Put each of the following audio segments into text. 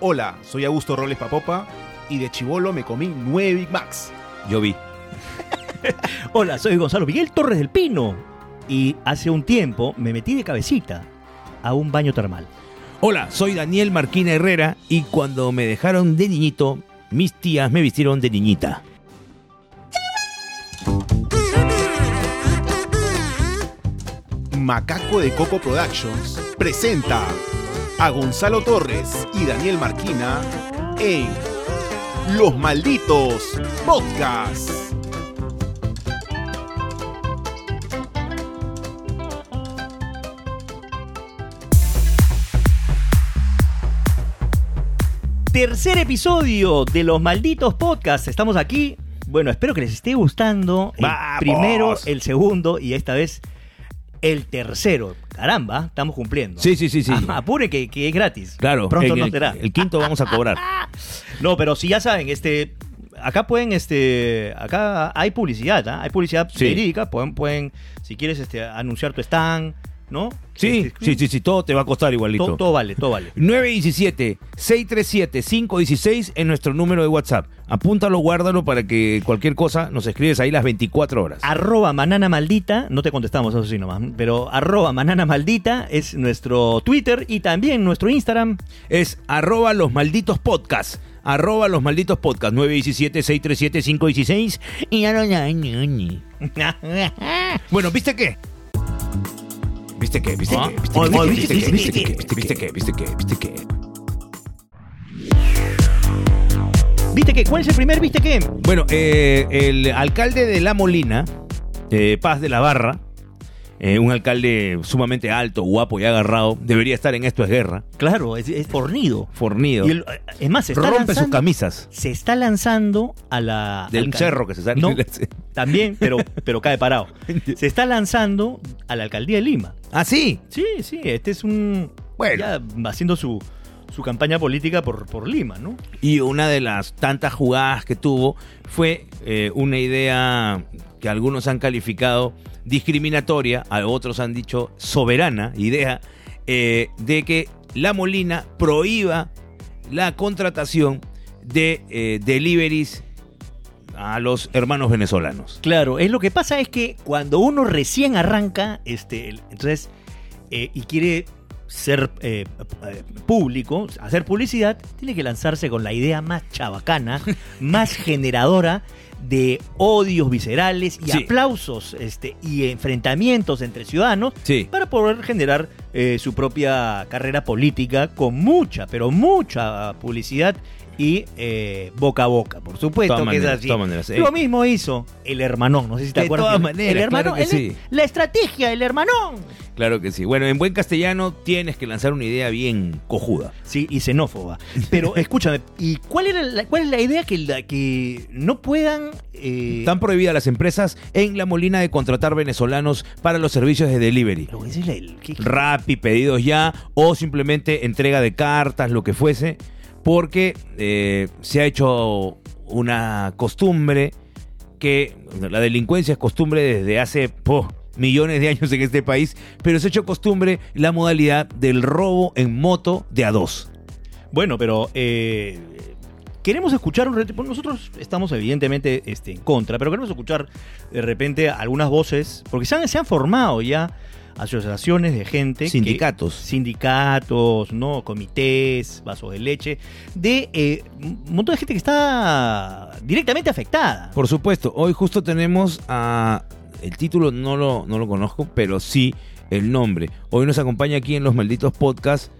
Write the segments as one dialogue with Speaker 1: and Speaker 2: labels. Speaker 1: Hola, soy Augusto Robles Papopa y de chivolo me comí nueve Big Macs.
Speaker 2: Yo vi.
Speaker 3: Hola, soy Gonzalo Miguel Torres del Pino y hace un tiempo me metí de cabecita a un baño termal.
Speaker 2: Hola, soy Daniel Marquina Herrera y cuando me dejaron de niñito, mis tías me vistieron de niñita.
Speaker 1: Macaco de Coco Productions presenta a Gonzalo Torres y Daniel Marquina en Los Malditos Podcast.
Speaker 3: Tercer episodio de Los Malditos Podcasts. Estamos aquí. Bueno, espero que les esté gustando el
Speaker 2: ¡Vamos!
Speaker 3: primero, el segundo y esta vez el tercero. Caramba, estamos cumpliendo.
Speaker 2: Sí, sí, sí, sí.
Speaker 3: Ah, Apure que, que es gratis.
Speaker 2: Claro,
Speaker 3: Pronto
Speaker 2: en
Speaker 3: no
Speaker 2: el,
Speaker 3: será.
Speaker 2: el quinto vamos a cobrar.
Speaker 3: No, pero si ya saben, este. Acá pueden, este, acá hay publicidad, ¿ah? hay publicidad
Speaker 2: Sí.
Speaker 3: verídica, pueden, pueden, si quieres, este, anunciar tu stand, ¿no?
Speaker 2: Sí,
Speaker 3: Este,
Speaker 2: sí, sí, sí, todo te va a costar
Speaker 3: Todo,
Speaker 2: igualito.
Speaker 3: todo vale, todo vale.
Speaker 2: 917-637-516 es nuestro número de WhatsApp. Apúntalo, guárdalo para que cualquier cosa nos escribes ahí las 24 horas.
Speaker 3: Arroba manana maldita, no te contestamos eso sí nomás, pero arroba manana maldita es nuestro Twitter y también nuestro Instagram.
Speaker 2: Es arroba los malditos podcast. Arroba los malditos podcast. 917-637-516. Y ya no, ya, ño, ñi. Bueno, ¿viste qué? ¿Viste qué? ¿Viste
Speaker 3: ¿Ah?
Speaker 2: qué? ¿Viste
Speaker 3: Oh, oh,
Speaker 2: qué?
Speaker 3: ¿viste
Speaker 2: ¿Viste qué?
Speaker 3: qué?
Speaker 2: ¿Viste qué? ¿Viste qué? ¿Viste qué? ¿Viste qué?
Speaker 3: ¿Viste qué? ¿Cuál es el primer viste qué?
Speaker 2: Bueno, eh, el alcalde de La Molina, eh, Paz de la Barra, eh, un alcalde sumamente alto, guapo y agarrado, debería estar en Esto es Guerra,
Speaker 3: Claro, es, es fornido.
Speaker 2: fornido.
Speaker 3: Y el- es más, se está
Speaker 2: rompe sus
Speaker 3: lanzando-
Speaker 2: camisas
Speaker 3: se está lanzando a la...
Speaker 2: del
Speaker 3: al ca-
Speaker 2: cerro que se sale.
Speaker 3: No, también, pero, pero cae parado. Se está lanzando a la alcaldía de Lima.
Speaker 2: ¿Ah, sí?
Speaker 3: Sí, sí, este es un...
Speaker 2: Bueno.
Speaker 3: Ya haciendo su, su campaña política por, por Lima, ¿no?
Speaker 2: Y una de las tantas jugadas que tuvo fue eh, una idea que algunos han calificado discriminatoria, a otros han dicho soberana idea, eh, de que la Molina prohíba la contratación de eh, deliveries a los hermanos venezolanos.
Speaker 3: Claro, es lo que pasa es que cuando uno recién arranca, este, el- entonces, eh, y quiere ser eh, eh, público, hacer publicidad, tiene que lanzarse con la idea más chabacana, más generadora de odios viscerales y
Speaker 2: Sí.
Speaker 3: aplausos este, y enfrentamientos entre ciudadanos
Speaker 2: Sí.
Speaker 3: para poder generar eh, su propia carrera política con mucha, pero mucha publicidad y eh, boca a boca, por supuesto
Speaker 2: Todas
Speaker 3: que es
Speaker 2: maneras,
Speaker 3: así.
Speaker 2: todas maneras. Eh,
Speaker 3: Lo mismo hizo el hermanón, no sé si te
Speaker 2: De
Speaker 3: acuerdas.
Speaker 2: todas
Speaker 3: El-
Speaker 2: maneras,
Speaker 3: el hermanón,
Speaker 2: claro que
Speaker 3: el-
Speaker 2: sí.
Speaker 3: la estrategia del hermanón.
Speaker 2: Claro que sí. Bueno, en buen castellano tienes que lanzar una idea bien cojuda.
Speaker 3: Sí, y xenófoba. Pero escúchame, ¿y cuál, era la, cuál es la idea que, la- que no puedan... eh,
Speaker 2: Están prohibidas las empresas en La Molina de contratar venezolanos para los servicios de delivery.
Speaker 3: lo que dice la- el- que-
Speaker 2: Rappi, pedidos ya, o simplemente entrega de cartas, lo que fuese, porque eh, se ha hecho una costumbre que la delincuencia es costumbre desde hace po, millones de años en este país, pero se ha hecho costumbre la modalidad del robo en moto de a dos.
Speaker 3: Bueno, pero eh, queremos escuchar un rete- bueno, Nosotros estamos evidentemente este, en contra, pero queremos escuchar de repente algunas voces, porque se han, se han formado ya asociaciones de gente. que-
Speaker 2: Sindicatos.
Speaker 3: sindicatos, ¿no? comités, vasos de leche, de eh, un montón de gente que está directamente afectada.
Speaker 2: Por supuesto, hoy justo tenemos a... El título no lo, no lo conozco, pero sí el nombre. Hoy nos acompaña aquí en los malditos podcasts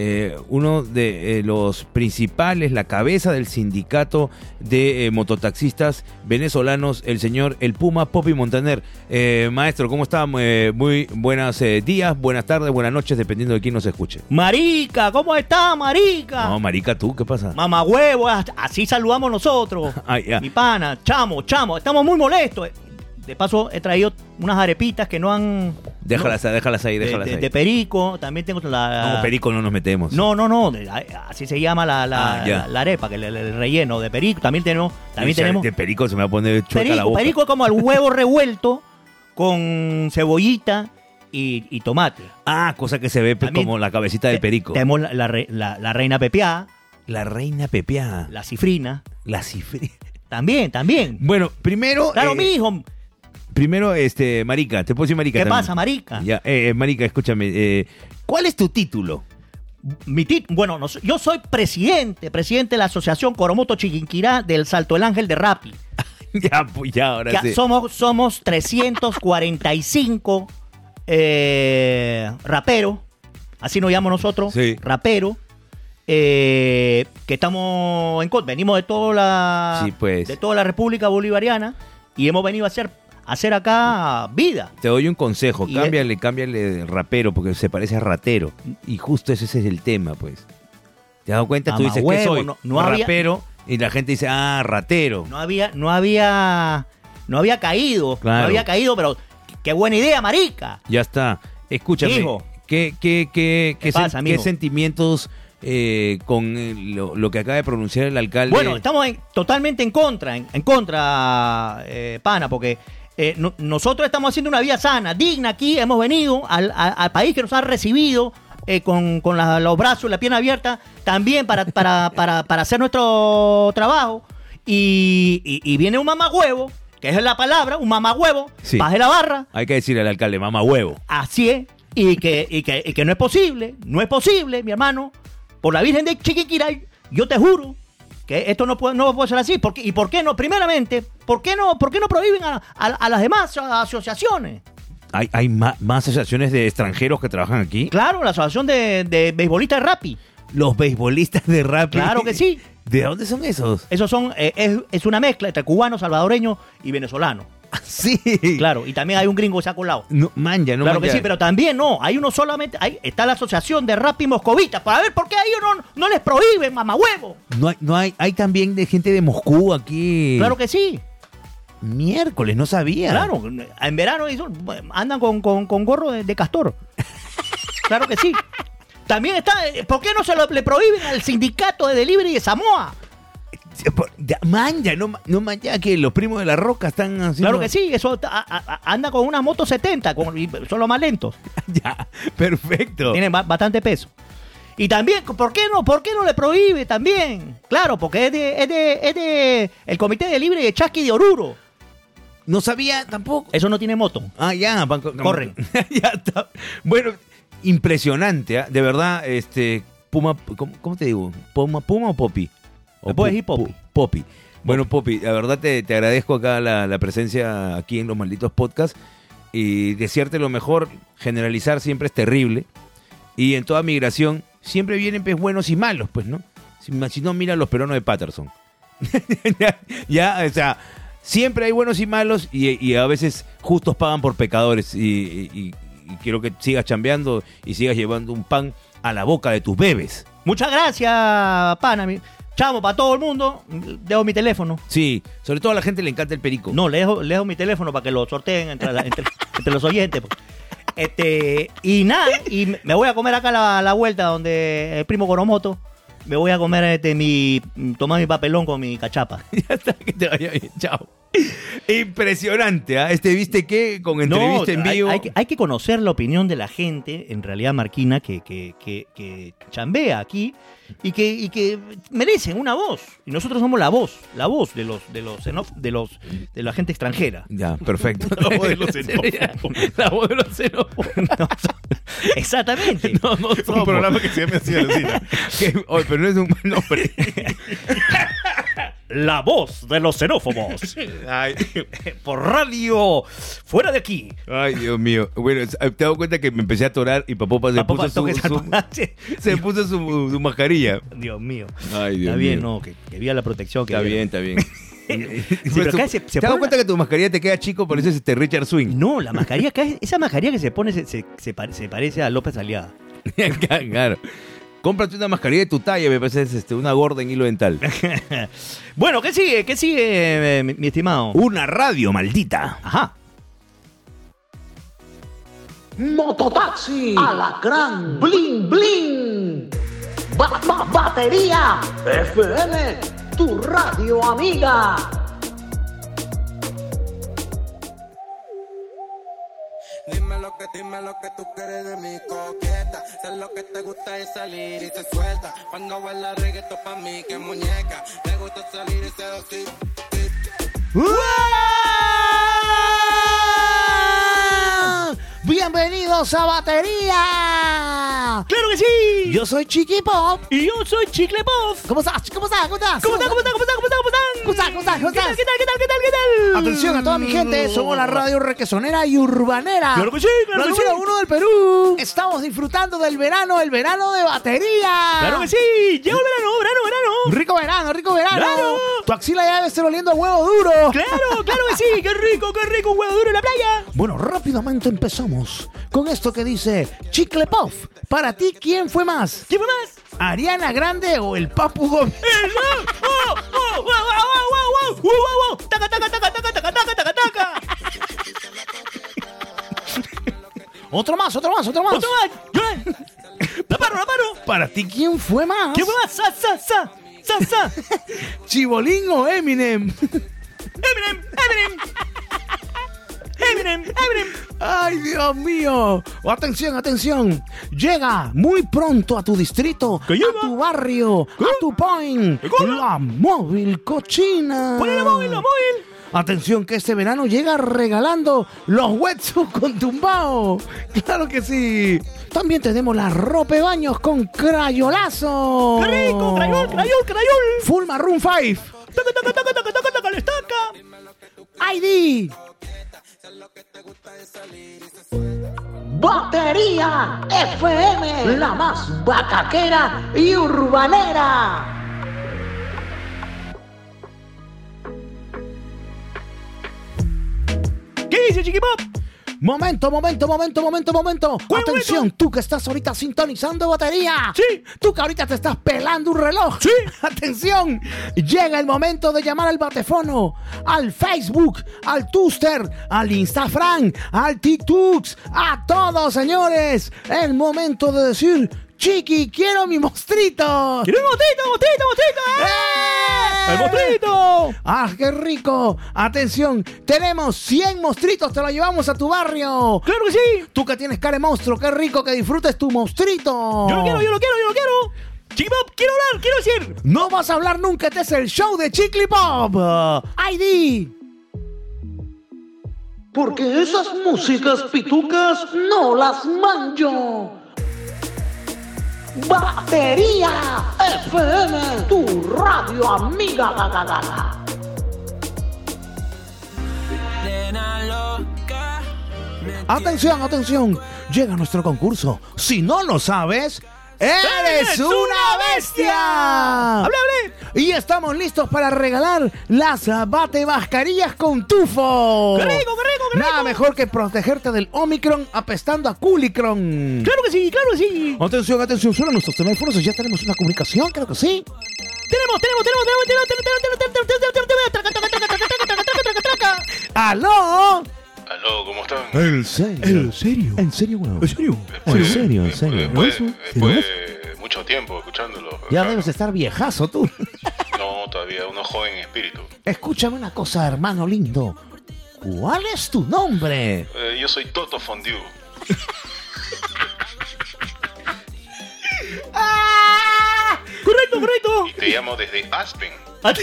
Speaker 2: eh, uno de eh, los principales, la cabeza del sindicato de eh, mototaxistas venezolanos, el señor El Puma Popi Montaner. Eh, maestro, ¿cómo está? Eh, muy buenos eh, días, buenas tardes, buenas noches, dependiendo de quién nos escuche.
Speaker 3: Marica, ¿cómo está, marica?
Speaker 2: No, marica, tú, ¿qué pasa?
Speaker 3: Mamá huevo, así saludamos nosotros.
Speaker 2: Ah, ya.
Speaker 3: Mi pana, chamo, chamo, estamos muy molestos. De paso, he traído unas arepitas que no han...
Speaker 2: Déjalas, déjalas ahí,
Speaker 3: de,
Speaker 2: déjalas
Speaker 3: de-
Speaker 2: ahí.
Speaker 3: de perico, también tengo la...
Speaker 2: no, perico, no nos metemos.
Speaker 3: No, no, no, de- a- así se llama la, la,
Speaker 2: Ah, ya.
Speaker 3: la- la arepa, que el, el relleno de perico. También tenemos, también
Speaker 2: Ese-
Speaker 3: tenemos
Speaker 2: De perico se me va a poner chueca la
Speaker 3: Perico,
Speaker 2: boca.
Speaker 3: perico es como el huevo revuelto con cebollita y, y tomate.
Speaker 2: Ah, cosa que se ve pues,
Speaker 3: También
Speaker 2: como la cabecita del
Speaker 3: Te-
Speaker 2: perico.
Speaker 3: Tenemos la, la re- la- la reina pepiá,
Speaker 2: La reina pepeada. La,
Speaker 3: La cifrina.
Speaker 2: cifre-
Speaker 3: También, también.
Speaker 2: Bueno, primero.
Speaker 3: Claro,
Speaker 2: eh,
Speaker 3: mi hijo.
Speaker 2: Primero, este, Marica, te puedo decir Marica.
Speaker 3: ¿Qué
Speaker 2: también?
Speaker 3: pasa, marica?
Speaker 2: Ya, eh, eh, Marica, escúchame. eh, ¿Cuál es tu título?
Speaker 3: Mi tit- bueno, no sé, yo soy presidente, presidente de la Asociación Coromoto Chiquinquirá del Salto del Ángel de Rapi.
Speaker 2: ya, pues ya, ahora
Speaker 3: Ya
Speaker 2: sí.
Speaker 3: somos, somos 345 eh, raperos, así nos llamamos nosotros,
Speaker 2: Sí.
Speaker 3: raperos, eh, que estamos en contra, venimos de toda la
Speaker 2: Sí, pues.
Speaker 3: de toda la República Bolivariana y hemos venido a hacer, a hacer acá vida.
Speaker 2: Te doy un consejo,
Speaker 3: Y-
Speaker 2: cámbiale, cámbiale el rapero porque se parece a ratero. Y justo ese, ese es el tema, pues. ¿Te has dado cuenta? Tú
Speaker 3: Mamá
Speaker 2: dices que
Speaker 3: huevo,
Speaker 2: soy
Speaker 3: no- no había-
Speaker 2: rapero y la gente dice, ah, ratero.
Speaker 3: No había, no había, no había caído,
Speaker 2: Claro.
Speaker 3: no había caído, pero qué buena idea, marica.
Speaker 2: Ya está. Escúchame.
Speaker 3: Hijo.
Speaker 2: ¿Qué, qué, qué, qué, sen-
Speaker 3: pasa,
Speaker 2: qué
Speaker 3: mijo?
Speaker 2: sentimientos eh, con eh, lo, lo que acaba de pronunciar el alcalde?
Speaker 3: Bueno, estamos en- totalmente en contra, en, en contra, eh, pana, porque eh, no- nosotros estamos haciendo una vida sana, digna aquí, hemos venido al, a- al país que nos ha recibido eh, con, con la- los brazos, la pierna abierta, también para, para, para, para hacer nuestro trabajo. Y, y- y viene un mamagüevo, que es la palabra, un mamagüevo,
Speaker 2: Sí.
Speaker 3: baje la barra,
Speaker 2: Hay que decirle al alcalde, mamá huevo.
Speaker 3: Así es. Y que, y que, y que no es posible, no es posible, mi hermano. Por la Virgen de Chiquiquirá, yo te juro que esto no puede, no puede ser así. Porque, ¿Y por qué no? Primeramente, ¿por qué no, por qué no prohíben a, a- a las demás aso- asociaciones?
Speaker 2: ¿Hay, hay ma- más, asociaciones de extranjeros que trabajan aquí?
Speaker 3: Claro, la asociación de, de beisbolistas de Rappi.
Speaker 2: Los beisbolistas de rap.
Speaker 3: Claro que sí.
Speaker 2: ¿De dónde son esos?
Speaker 3: Esos son, eh, es, es una mezcla entre cubanos, salvadoreños y venezolanos.
Speaker 2: Sí.
Speaker 3: Claro, y también hay un gringo que se ha colado.
Speaker 2: No, manja, no
Speaker 3: claro que
Speaker 2: manja.
Speaker 3: sí, pero también no, hay uno solamente, hay, está la asociación de Rappi Moscovita, para ver por qué a ellos no, no les prohíben, mamahuevo.
Speaker 2: No hay, no hay, hay también de gente de Moscú aquí.
Speaker 3: Claro que sí.
Speaker 2: Miércoles, no sabía.
Speaker 3: Claro, en verano y son- andan con, con- con gorro de, de castor. claro que sí. También está, eh, ¿por qué no se lo, le prohíben al sindicato de delivery de Samoa?
Speaker 2: Por- ya, Manja, no, ma- no manja que los primos de la roca están haciendo.
Speaker 3: claro que sí, eso está- a- a- anda con una moto 70, con, y son los más lentos,
Speaker 2: Ya, perfecto.
Speaker 3: tienen ba- bastante peso. Y también, ¿por qué no? ¿Por qué no le prohíbe también? Claro, porque es de, es de- es de el comité de delivery de Chasqui de Oruro.
Speaker 2: No sabía tampoco.
Speaker 3: Eso no tiene moto.
Speaker 2: Ah, ya, van co-
Speaker 3: Corren.
Speaker 2: ya está. Bueno, impresionante, ¿ah? de verdad, este Puma, ¿cómo, cómo te digo? ¿Puma, Puma o Poppy?
Speaker 3: Me puedes
Speaker 2: Pu-
Speaker 3: decir Poppy.
Speaker 2: Pu- Poppy. Bueno, Poppy, la verdad te, te agradezco acá la, la presencia aquí en los malditos podcasts y desearte lo mejor, generalizar siempre es terrible y en toda migración siempre vienen pues buenos y malos, pues, ¿no? Si, si no, mira los peruanos de Patterson. ya, ya, o sea, siempre hay buenos y malos y, y a veces justos pagan por pecadores. Y, y- y quiero que sigas chambeando y sigas llevando un pan a la boca de tus bebés.
Speaker 3: Muchas gracias, pana. mi- Chamo, para todo el mundo, dejo mi teléfono.
Speaker 2: Sí, sobre todo a la gente le encanta el perico.
Speaker 3: No, le dejo, le dejo mi teléfono para que lo sorteen entre, la- entre- entre los oyentes. pues. Este, y nada, y me- me voy a comer acá la, la vuelta donde el primo Coromoto. Me voy a comer este, mi. tomar mi papelón con mi cachapa.
Speaker 2: Ya está, que te vaya bien, chao. Impresionante, ¿ah? Este viste que con entrevista en
Speaker 3: hay-
Speaker 2: vivo.
Speaker 3: Hay, que, hay que conocer la opinión de la gente, en realidad, Marquina, que, que, que- que chambea aquí y que, y que merecen una voz. Y nosotros somos la voz, la voz de los de los xenóf- de los de la gente extranjera.
Speaker 2: Ya, perfecto.
Speaker 1: La voz de los xenófobos.
Speaker 2: La voz de los xenófobos.
Speaker 3: Exactamente.
Speaker 2: No, no
Speaker 1: Un
Speaker 2: somos.
Speaker 1: programa que se llama así, Alucina.
Speaker 2: Que- oye, pero no es un buen nombre.
Speaker 3: La voz de los xenófobos.
Speaker 1: Ay,
Speaker 3: Por radio, fuera de aquí.
Speaker 2: Ay, Dios mío. Bueno, es- te he dado cuenta que me empecé a atorar y Papopa se
Speaker 3: Papá,
Speaker 2: puso
Speaker 3: toques
Speaker 2: su,
Speaker 3: al-
Speaker 2: su- se puso su, su mascarilla.
Speaker 3: Dios mío.
Speaker 2: Ay, Dios
Speaker 3: está bien,
Speaker 2: mío.
Speaker 3: no, que, que viva la protección. Que
Speaker 2: Está
Speaker 3: viva-
Speaker 2: bien, está bien.
Speaker 3: Sí, pero acá se- se
Speaker 2: ¿Te has dado
Speaker 3: pone-
Speaker 2: cuenta que tu mascarilla te queda chico? Pareces este Richard Swing.
Speaker 3: No, la mascarilla, acá, esa mascarilla que se pone se, se- se pare- se parece a López Aliada.
Speaker 2: claro. Cómprate una mascarilla de tu talla, me parece este, una gorda en hilo dental.
Speaker 3: Bueno, ¿qué sigue? ¿Qué sigue, eh, mi, mi estimado?
Speaker 2: una radio maldita.
Speaker 3: Ajá.
Speaker 4: Mototaxi, Alacrán, Blin Blin, Ba- ba- Batería, FM, tu radio amiga.
Speaker 5: Dime lo que, dime lo que tú quieres de mi coqueta. Se que lo que te gusta es salir y se suelta. Cuando baila reggaeton pa' mí, que muñeca. Le gusta salir y se da tip, tip.
Speaker 6: Bienvenidos a Batería.
Speaker 3: ¡Claro que sí!
Speaker 6: Yo soy Chiqui Pop.
Speaker 3: Y yo soy Chicle Puff.
Speaker 6: ¿Cómo estás? ¿Cómo estás? ¿Cómo estás?
Speaker 3: ¿Cómo están? ¿Cómo están? ¿Cómo están? ¿Cómo están?
Speaker 6: ¿Cómo están? ¿Cómo están? ¿Cómo
Speaker 3: ¿Qué tal?
Speaker 6: están?
Speaker 3: ¿Qué tal? ¿Qué tal? ¿Qué tal? ¿Qué tal? Mm.
Speaker 6: Atención a toda mi
Speaker 1: Mm.
Speaker 6: gente, somos la radio requesonera y urbanera.
Speaker 3: ¡Claro que sí! ¡Claro
Speaker 6: la
Speaker 3: que sí!
Speaker 6: número uno del Perú. Estamos disfrutando del verano, el verano de batería.
Speaker 3: ¡Claro que sí! ¡Llegó el verano! ¡Verano, verano!
Speaker 6: Rico verano, rico verano.
Speaker 3: Claro.
Speaker 6: Tu axila ya debe ser oliendo a huevo duro.
Speaker 3: ¡Claro, claro que sí! ¡Qué rico, qué rico! ¡Un huevo duro en la playa!
Speaker 6: Bueno, rápidamente empezamos con esto que dice Chicle Puff. Para ti, ¿quién fue más?
Speaker 3: ¿Quién fue más?
Speaker 6: ¿Ariana Grande o el Papu Gómez?
Speaker 3: ¡Eso! ¡Oh, oh, wow, wow, wow, wow, wow! ¡Wow, wow, wow! ¡Taca, taca, taca, taca, taca, taca, taca, taca!
Speaker 6: Otro más, otro más, otro más.
Speaker 3: ¡Otro más! ¡Joan! ¡La paro, la paro!
Speaker 6: Para ti, ¿quién fue más?
Speaker 3: ¿Quién fue más? ¡Sa, sa, sa! ¡Sa, sa!
Speaker 6: ¿Chibolín o Eminem?
Speaker 3: ¡Eminem! ¡Eminem! ¡Eminem! ¡Eminem!
Speaker 6: ¡Ay, Dios mío! Atención, atención. Llega muy pronto a tu distrito,
Speaker 3: Que llega.
Speaker 6: a tu barrio, a tu point.
Speaker 3: Que cola.
Speaker 6: La móvil cochina.
Speaker 3: ¡Ponle la móvil, la móvil!
Speaker 6: Atención que este verano llega regalando los wetsuits con tumbao. Claro que sí. También tenemos las ropa de baños con crayolazo.
Speaker 3: ¡Qué rico! ¡Crayol, crayol, crayol!
Speaker 6: Full Maroon 5.
Speaker 3: ¡Taca, taca, taca, taca, taca, taca! ¡Les taca!
Speaker 6: ID.
Speaker 4: Batería FM, la más bacaquera y urbanera.
Speaker 3: ¿Qué dice Chiquipop?
Speaker 6: Momento, momento, momento, momento, momento.
Speaker 3: ¿Cuál
Speaker 6: Atención,
Speaker 3: momento?
Speaker 6: tú que estás ahorita sintonizando batería.
Speaker 3: Sí.
Speaker 6: Tú que ahorita te estás pelando un reloj.
Speaker 3: Sí.
Speaker 6: Atención, llega el momento de llamar al batefono, al Facebook, al Twitter, al Instafran, al TikTok, a todos, señores. El momento de decir, chiqui, quiero mi mostrito.
Speaker 3: ¡Quiero un mostrito, mostrito, mostrito! ¡Eh!
Speaker 6: ¡Eh!
Speaker 3: ¡El mostrito!
Speaker 6: ¡Ah, qué rico! Atención, tenemos 100 mostritos, te lo llevamos a tu barrio.
Speaker 3: ¡Claro que sí!
Speaker 6: Tú que tienes cara de monstruo, qué rico que disfrutes tu monstruito.
Speaker 3: Yo lo quiero, yo lo quiero, yo lo quiero. Chiquipop, quiero hablar, quiero decir.
Speaker 6: No vas a hablar nunca, este es el show de Chicle Pop. Uh, ID.
Speaker 4: Porque esas músicas pitucas no las manjo. Batería FM, tu radio amiga. ga, ga, ga, ga.
Speaker 5: Nena loca.
Speaker 6: Atención, atención. Llega nuestro concurso. Si no lo sabes, eres una bestia.
Speaker 3: ¡Hable, hable!
Speaker 6: Y estamos listos para regalar las abate mascarillas con tufo.
Speaker 3: ¡Qué rico, qué rico, qué
Speaker 6: Nada
Speaker 3: rico!
Speaker 6: mejor que protegerte del Omicron apestando a Culicron.
Speaker 3: ¡Claro que sí, claro que sí!
Speaker 6: Atención, atención, suena nuestros teléfonos, ya tenemos una comunicación, creo que sí.
Speaker 3: ¡Tenemos, tenemos, tenemos, tenemos, tenemos, tenemos, tenemos, tenemos, tenemos, tenemos, tenemos, traca, traca, traca, traca, traca, traca, traca, traca, traca!
Speaker 6: ¡Aló!
Speaker 7: Aló, ¿cómo están?
Speaker 2: ¿En serio?
Speaker 6: serio?
Speaker 2: ¿En serio, weón?
Speaker 3: ¿En serio?
Speaker 7: Después-
Speaker 2: en serio, en serio.
Speaker 7: Después,
Speaker 2: ¿No es?
Speaker 7: después de mucho tiempo escuchándolo.
Speaker 6: Ya
Speaker 7: Claro.
Speaker 6: debes estar viejazo tú.
Speaker 7: No, todavía uno joven en espíritu.
Speaker 6: Escúchame una cosa, hermano lindo. ¿Cuál es tu nombre?
Speaker 7: Eh, yo soy Toto Fondue.
Speaker 3: ¡Correcto, correcto!
Speaker 7: Y te llamo desde Aspen.
Speaker 3: A ti-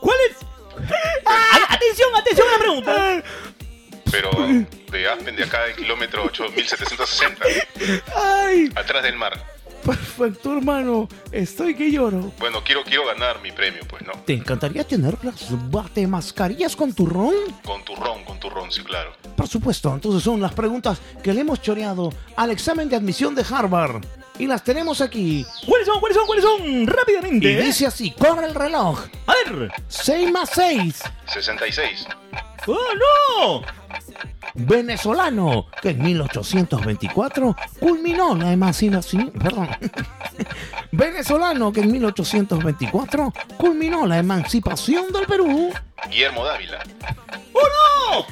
Speaker 3: ¿Cuál es? A- Atención, atención a la pregunta.
Speaker 7: Pero de Aspen de acá del kilómetro 8760.
Speaker 6: ¡Ay!
Speaker 7: Atrás del mar.
Speaker 6: Perfecto, hermano. Eh, Estoy que lloro.
Speaker 7: Bueno, quiero, quiero ganar mi premio, pues, ¿no?
Speaker 6: ¿Te encantaría tener las bate mascarillas con turrón?
Speaker 7: Con turrón, con turrón, sí, claro.
Speaker 6: Por supuesto, entonces son las preguntas que le hemos choreado al examen de admisión de Harvard. Y las tenemos aquí.
Speaker 3: ¿Cuáles son? ¿Cuáles son? ¿Cuáles son?
Speaker 6: Y
Speaker 3: Rápidamente.
Speaker 6: dice así, corre el reloj.
Speaker 3: A ver.
Speaker 6: 6 más 6.
Speaker 7: 66.
Speaker 3: ¡Oh, no!
Speaker 6: venezolano que en 1824 culminó la emancipación perdón venezolano que en 1824 culminó la emancipación del Perú
Speaker 7: Guillermo Dávila.
Speaker 3: ¡Oh,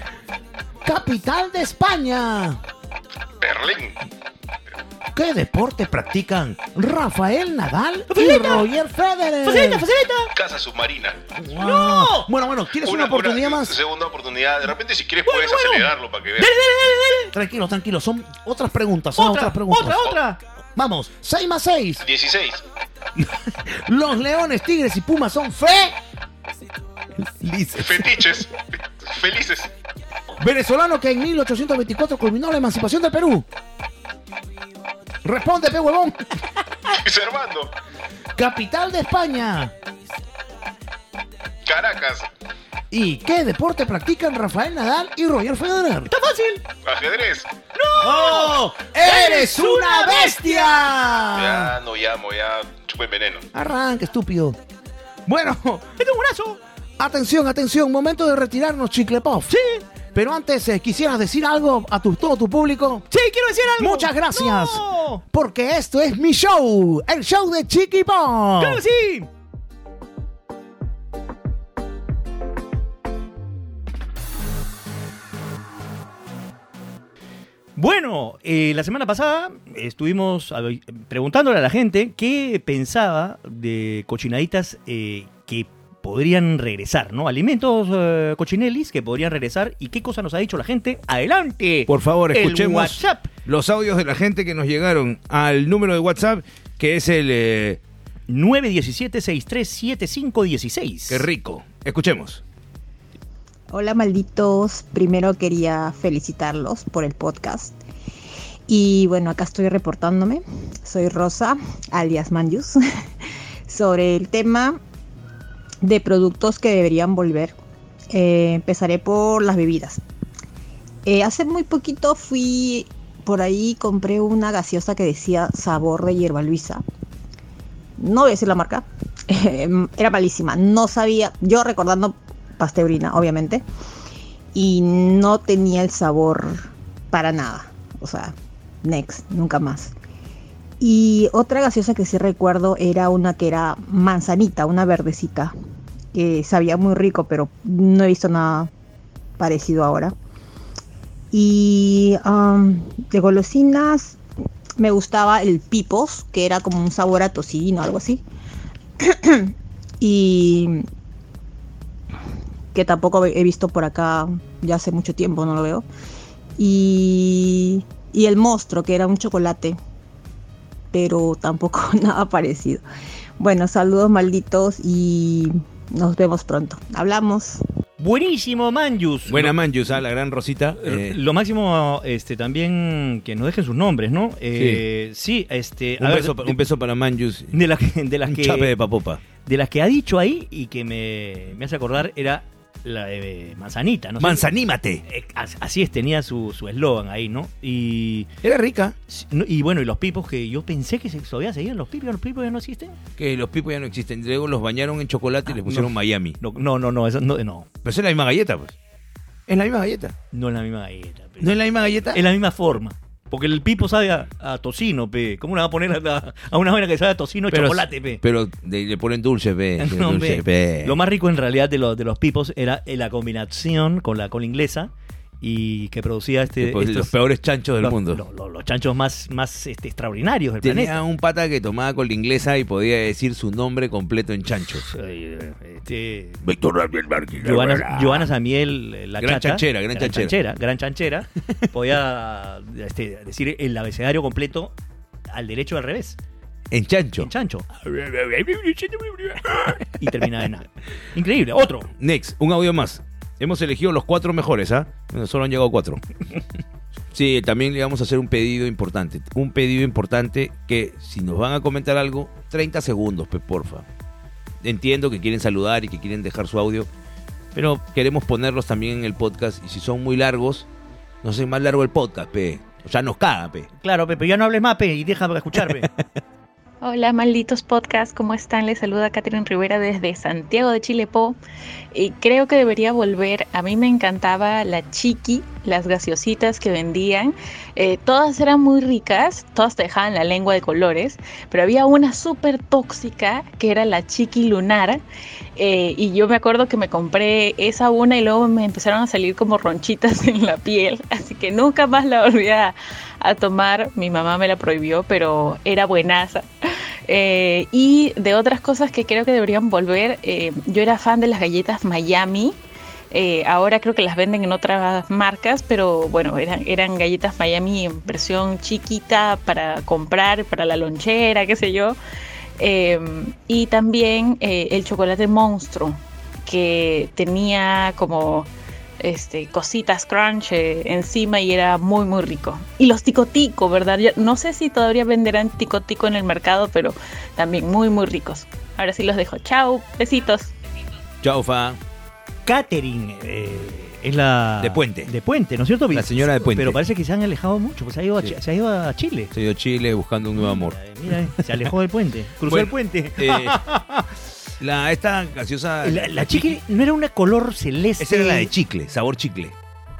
Speaker 6: capital de España
Speaker 7: Berlín.
Speaker 6: qué deporte practican Rafael Nadal y
Speaker 3: Facilita.
Speaker 6: Roger
Speaker 3: no! ¡Facilita,
Speaker 6: Federer
Speaker 3: facilita!
Speaker 7: Casa submarina.
Speaker 6: Wow.
Speaker 3: No.
Speaker 6: bueno bueno tienes una, oportunidad más
Speaker 7: Segunda oportunidad. De repente, si quieres,
Speaker 3: Bueno,
Speaker 7: puedes
Speaker 3: bueno.
Speaker 7: acelerarlo para que
Speaker 3: ¡Dale,
Speaker 7: veas.
Speaker 3: dale, dale,
Speaker 6: Tranquilo, tranquilo. Son otras preguntas. Son otras preguntas.
Speaker 3: otra, otra.
Speaker 6: Vamos, 6 más 6.
Speaker 7: 16.
Speaker 6: Los leones, tigres y pumas son fe. Lices.
Speaker 7: Fetiches. Felices.
Speaker 6: Venezolano que en 1824 culminó la emancipación del Perú. Responde, pe huevón.
Speaker 7: Servando.
Speaker 6: Capital de España.
Speaker 7: Caracas.
Speaker 6: ¿Y qué deporte practican Rafael Nadal y Roger Federer?
Speaker 3: Está fácil.
Speaker 7: Ajedrez.
Speaker 6: ¡Oh! ¡Eres una bestia!
Speaker 7: Ya no llamo, ya chupé veneno.
Speaker 6: Arranca, estúpido. Bueno,
Speaker 3: Este es un brazo.
Speaker 6: atención, atención. Momento de retirarnos, Chiclepov. Sí. Pero antes, eh, ¿quisieras decir algo a tu, todo tu público?
Speaker 3: Sí, quiero decir algo. ¡Oh!
Speaker 6: Muchas gracias.
Speaker 3: No.
Speaker 6: Porque esto es mi show, el show de Chiqui Pop.
Speaker 3: Claro, que sí. Bueno, eh, la semana pasada estuvimos a ver, preguntándole a la gente qué pensaba de cochinaditas eh, que podrían regresar, ¿no? Alimentos eh, cochinelis que podrían regresar y qué cosa nos ha dicho la gente. Adelante.
Speaker 2: Por favor,
Speaker 3: El
Speaker 2: escuchemos
Speaker 3: WhatsApp.
Speaker 2: los audios de la gente que nos llegaron al número de WhatsApp, que es el... eh,
Speaker 3: 917-637516.
Speaker 2: qué rico. Escuchemos.
Speaker 8: Hola malditos, primero quería felicitarlos por el podcast. Y bueno, acá estoy reportándome. Soy Rosa, alias Manjus, sobre el tema de productos que deberían volver. Eh, empezaré por las bebidas. Eh, hace muy poquito fui por ahí y compré una gaseosa que decía sabor de hierba Luisa. No voy a decir la marca. Era malísima. No sabía. Yo recordando pasteurina, obviamente. Y no tenía el sabor para nada. O sea, next, nunca más. Y otra gaseosa que sí recuerdo era una que era manzanita, una verdecita, que sabía muy rico, pero no he visto nada parecido ahora. Y am, de golosinas me gustaba el pipos, que era como un sabor a tocino, algo así. y que tampoco he visto por acá ya hace mucho tiempo, no lo veo. Y, y el monstruo, que era un chocolate, pero tampoco nada parecido. Bueno, saludos malditos y nos vemos pronto. Hablamos.
Speaker 3: Buenísimo, Manjus.
Speaker 2: Buena
Speaker 3: Lo-
Speaker 2: Manjus, ah, la gran Rosita.
Speaker 3: eh,
Speaker 2: eh,
Speaker 3: Lo máximo, este, también que nos dejen sus nombres, ¿no? Eh, sí. este. a
Speaker 2: un,
Speaker 3: ver,
Speaker 2: beso, pa-
Speaker 3: de,
Speaker 2: un beso para Manjus.
Speaker 3: de las que, de las
Speaker 2: Un
Speaker 3: que,
Speaker 2: chape de papopa.
Speaker 3: de las que ha dicho ahí y que me, me hace acordar era la de manzanita, ¿no? sé.
Speaker 2: ¡Manzanímate!
Speaker 3: Eh, as- Así es, tenía su su eslogan ahí, ¿no? Y,
Speaker 2: Era rica.
Speaker 3: no- y bueno, y los pipos que yo pensé que se, todavía seguían los pipos, los pipos ya no existen.
Speaker 2: Que los pipos ya no existen. Luego los bañaron en chocolate y les pusieron Miami.
Speaker 3: No, no, no, no, eso no, no,
Speaker 2: Ah, Pero es la misma galleta, pues. Es la misma galleta.
Speaker 3: no es la misma galleta. pero-
Speaker 2: ¿No es la misma galleta?
Speaker 3: Es la misma forma. Porque el pipo sabe a, a tocino, pe. ¿Cómo le va a poner a, la- a una vaina que sabe a tocino chocolate, pe?
Speaker 2: Pero de- le ponen dulce, pe.
Speaker 3: No,
Speaker 2: dulce,
Speaker 3: pe.
Speaker 2: pe.
Speaker 3: Lo más rico en realidad de, los de los pipos era eh, la combinación con la cola inglesa y que producía este,
Speaker 2: Pues
Speaker 3: estos-
Speaker 2: los peores chanchos del
Speaker 3: los-
Speaker 2: mundo.
Speaker 3: lo- lo- los chanchos más, más este, extraordinarios del
Speaker 2: Tenía
Speaker 3: planeta.
Speaker 2: un pata que tomaba con la inglesa y podía decir su nombre completo en chancho.
Speaker 3: Ay, eh, este,
Speaker 2: Víctor Daniel Márquez.
Speaker 3: Giovanna, Giovanna Samiel, eh, la
Speaker 2: Gran
Speaker 3: chata,
Speaker 2: chanchera, gran chanchera.
Speaker 3: gran chanchera, podía este, decir el abecedario completo al derecho y al revés.
Speaker 2: En chancho.
Speaker 3: En chancho. y terminaba en nada. Increíble. Otro.
Speaker 2: Next, un audio más. Hemos elegido los cuatro mejores, ¿ah? Bueno, Solo han llegado cuatro. Sí, también le vamos a hacer un pedido importante. Un pedido importante que si nos van a comentar algo, 30 segundos, pues porfa. Entiendo que quieren saludar y que quieren dejar su audio, pero queremos ponerlos también en el podcast. Y si son muy largos, no sé, más largo el podcast, pe. O sea, nos caga, pe.
Speaker 3: Claro, Pepe, ya no hables más, Pepe, y deja escuchar, Pepe.
Speaker 9: Hola, malditos podcast, ¿cómo están? Les saluda Catherine Rivera desde Santiago de Chile Po. Y creo que debería volver. A mí me encantaba la chiqui, las gaseositas que vendían. Eh, todas eran muy ricas, todas te dejaban la lengua de colores, pero había una súper tóxica que era la chiqui lunar. Eh, y yo me acuerdo que me compré esa una y luego me empezaron a salir como ronchitas en la piel. Así que nunca más la volví a, a tomar. Mi mamá me la prohibió, pero era buenaza. Eh, y de otras cosas que creo que deberían volver, eh, yo era fan de las galletas Miami,
Speaker 10: Eh, ahora creo que las venden en otras marcas, pero bueno, eran, eran galletas Miami en versión chiquita para comprar, para la lonchera, qué sé yo. Eh, y también eh, el chocolate monstruo, que tenía como este, cositas crunch eh, encima y era muy, muy rico. Y los ticotico, ¿verdad? Yo no sé si todavía venderán ticotico en el mercado, pero también muy, muy ricos. Ahora sí los dejo. Chao, besitos.
Speaker 2: Chao, Fa.
Speaker 3: Catherine eh, es la.
Speaker 2: De Puente.
Speaker 3: De Puente, ¿no es cierto?
Speaker 2: La señora de Puente.
Speaker 3: Pero parece que se han alejado mucho, pues se ha ido a, Chi- se ha ido a Chile.
Speaker 2: Se dio Chile buscando un nuevo amor.
Speaker 3: Eh, Mira, eh, se alejó del puente. Cruzó
Speaker 2: Bueno,
Speaker 3: el puente.
Speaker 2: Eh, la, esta gaseosa.
Speaker 3: La, la chiqui no era una color celeste.
Speaker 2: Esa era la de chicle, sabor chicle.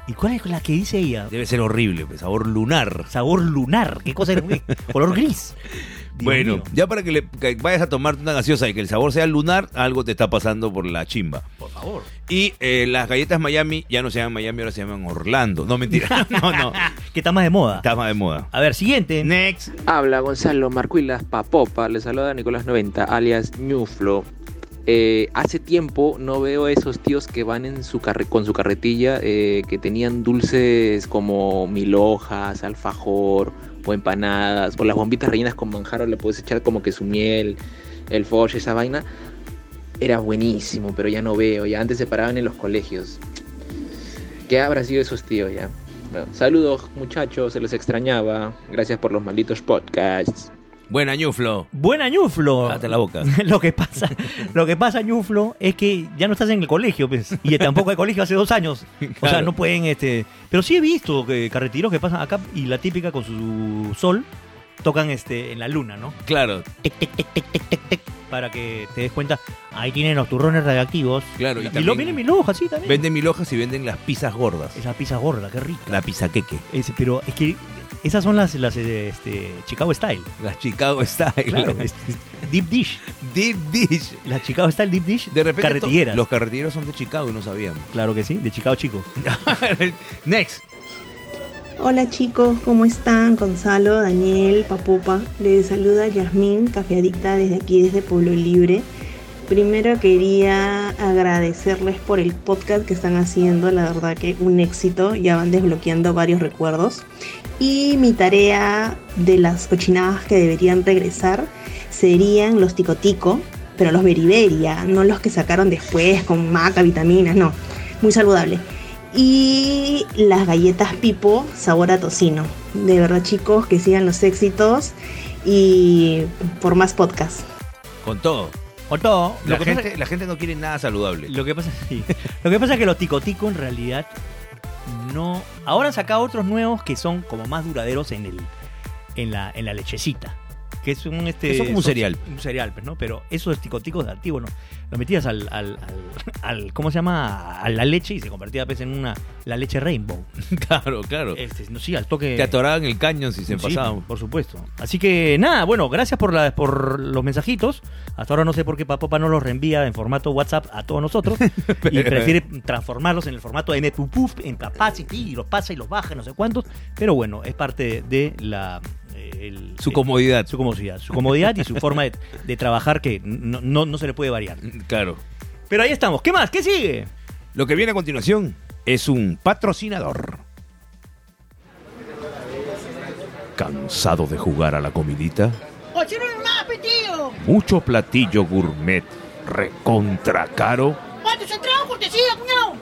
Speaker 3: ¿Y cuál es la que dice ella?
Speaker 2: Debe ser horrible, pues, sabor lunar.
Speaker 3: Sabor lunar. ¿Qué cosa era? color gris. Dios
Speaker 2: bueno,
Speaker 3: mío.
Speaker 2: ya para que, le, que vayas a tomarte una gaseosa y que el sabor sea lunar, algo te está pasando por la chimba.
Speaker 3: por favor.
Speaker 2: Y eh, las galletas Miami ya no se llaman Miami, ahora se llaman Orlando. No, mentira. No, no.
Speaker 3: Que está más de moda.
Speaker 2: Está más de moda.
Speaker 3: A ver, siguiente.
Speaker 2: Next.
Speaker 6: Habla Gonzalo Marcuilas Papopa, le saluda Nicolás 90, alias Ñuflo. Eh, hace tiempo no veo esos tíos que van en su carre- con su carretilla eh, que tenían dulces como mil hojas, alfajor o empanadas o las bombitas rellenas con manjar o le puedes echar como que su miel, el foche, esa vaina. Era buenísimo, pero ya no veo, ya antes se paraban en los colegios. ¿Qué habrá sido esos tíos ya? Bueno, saludos muchachos, se les extrañaba. Gracias por los malditos podcasts.
Speaker 2: Buena ñuflo.
Speaker 3: Buena ñuflo.
Speaker 2: Cállate Ah, la boca.
Speaker 3: lo que pasa, lo que pasa, ñuflo, es que ya no estás en el colegio, pues. Y tampoco hay colegio hace dos años. O sea,
Speaker 2: Claro.
Speaker 3: no pueden, este. Pero sí he visto que carreteros que pasan acá y la típica con su sol tocan este en la luna, ¿no?
Speaker 2: Claro,
Speaker 3: Tic, tic, tic, tic, tic, tic, tic, para que te des cuenta. Ahí tienen los turrones radioactivos.
Speaker 2: Claro,
Speaker 3: y,
Speaker 2: y también-
Speaker 3: lo viene mi hoja, sí, también.
Speaker 2: venden mil hojas y venden las pizzas gordas.
Speaker 3: Esa pizza gorda, qué rica.
Speaker 2: La pizza queque.
Speaker 3: Es- pero es que esas son las, las eh, este, Chicago Style.
Speaker 2: Las Chicago Style.
Speaker 3: Claro, es- es deep dish.
Speaker 2: Deep dish.
Speaker 3: La Chicago Style Deep Dish.
Speaker 2: De repente.
Speaker 3: Carretilleras.
Speaker 2: Los carretilleros son de Chicago y no sabíamos.
Speaker 3: Claro que sí, de Chicago Chico.
Speaker 2: Next.
Speaker 8: Hola chicos, ¿cómo están? Gonzalo, Daniel, Papopa. Les saluda Yasmín, cafeadicta desde aquí, desde Pueblo Libre. Primero quería agradecerles por el podcast que están haciendo, la verdad que un éxito, ya van desbloqueando varios recuerdos. Y mi tarea de las cochinadas que deberían regresar serían los ticotico, pero los beriberia, no los que sacaron después con maca, vitaminas, no, muy saludable. Y las galletas Pipo, sabor a tocino. De verdad chicos, que sigan los éxitos y por más podcast.
Speaker 2: Con todo.
Speaker 3: O todo.
Speaker 2: La
Speaker 3: Lo que,
Speaker 2: gente, la gente no quiere nada saludable.
Speaker 3: pasa, lo, que pasa, sí. lo que pasa es que los ticotico en realidad no. Ahora han sacado otros nuevos que son como más duraderos en el en la, en la lechecita. Que es un este.
Speaker 2: Son como un cereal.
Speaker 3: Un cereal, pues, ¿no? Pero esos ticoticos de antiguo, ¿no? Lo metías al, al, al, al- ¿Cómo se llama? A la leche y se convertía pues, en una. La leche rainbow.
Speaker 2: claro, claro.
Speaker 3: Este, no, sí, al toque.
Speaker 2: Te atoraban el cañón si se
Speaker 3: Sí,
Speaker 2: pasaban.
Speaker 3: Por supuesto. Así que nada, bueno, gracias por, la, por los mensajitos. Hasta ahora no sé por qué Papopa no los reenvía en formato WhatsApp a todos nosotros. y prefiere transformarlos en el formato MPUPUF, en Papacity, y los pasa y los baja, no sé cuántos. Pero bueno, es parte de la. eh, el-
Speaker 2: Su
Speaker 3: eh,
Speaker 2: comodidad.
Speaker 3: su comodidad, su comodidad y su forma de, de trabajar que no, no- no se le puede variar.
Speaker 2: Claro.
Speaker 3: Pero ahí estamos. ¿Qué más? ¿Qué sigue?
Speaker 2: Lo que viene a continuación es un patrocinador. ¿Cansado de jugar a la comidita? Mucho platillo gourmet, recontra caro.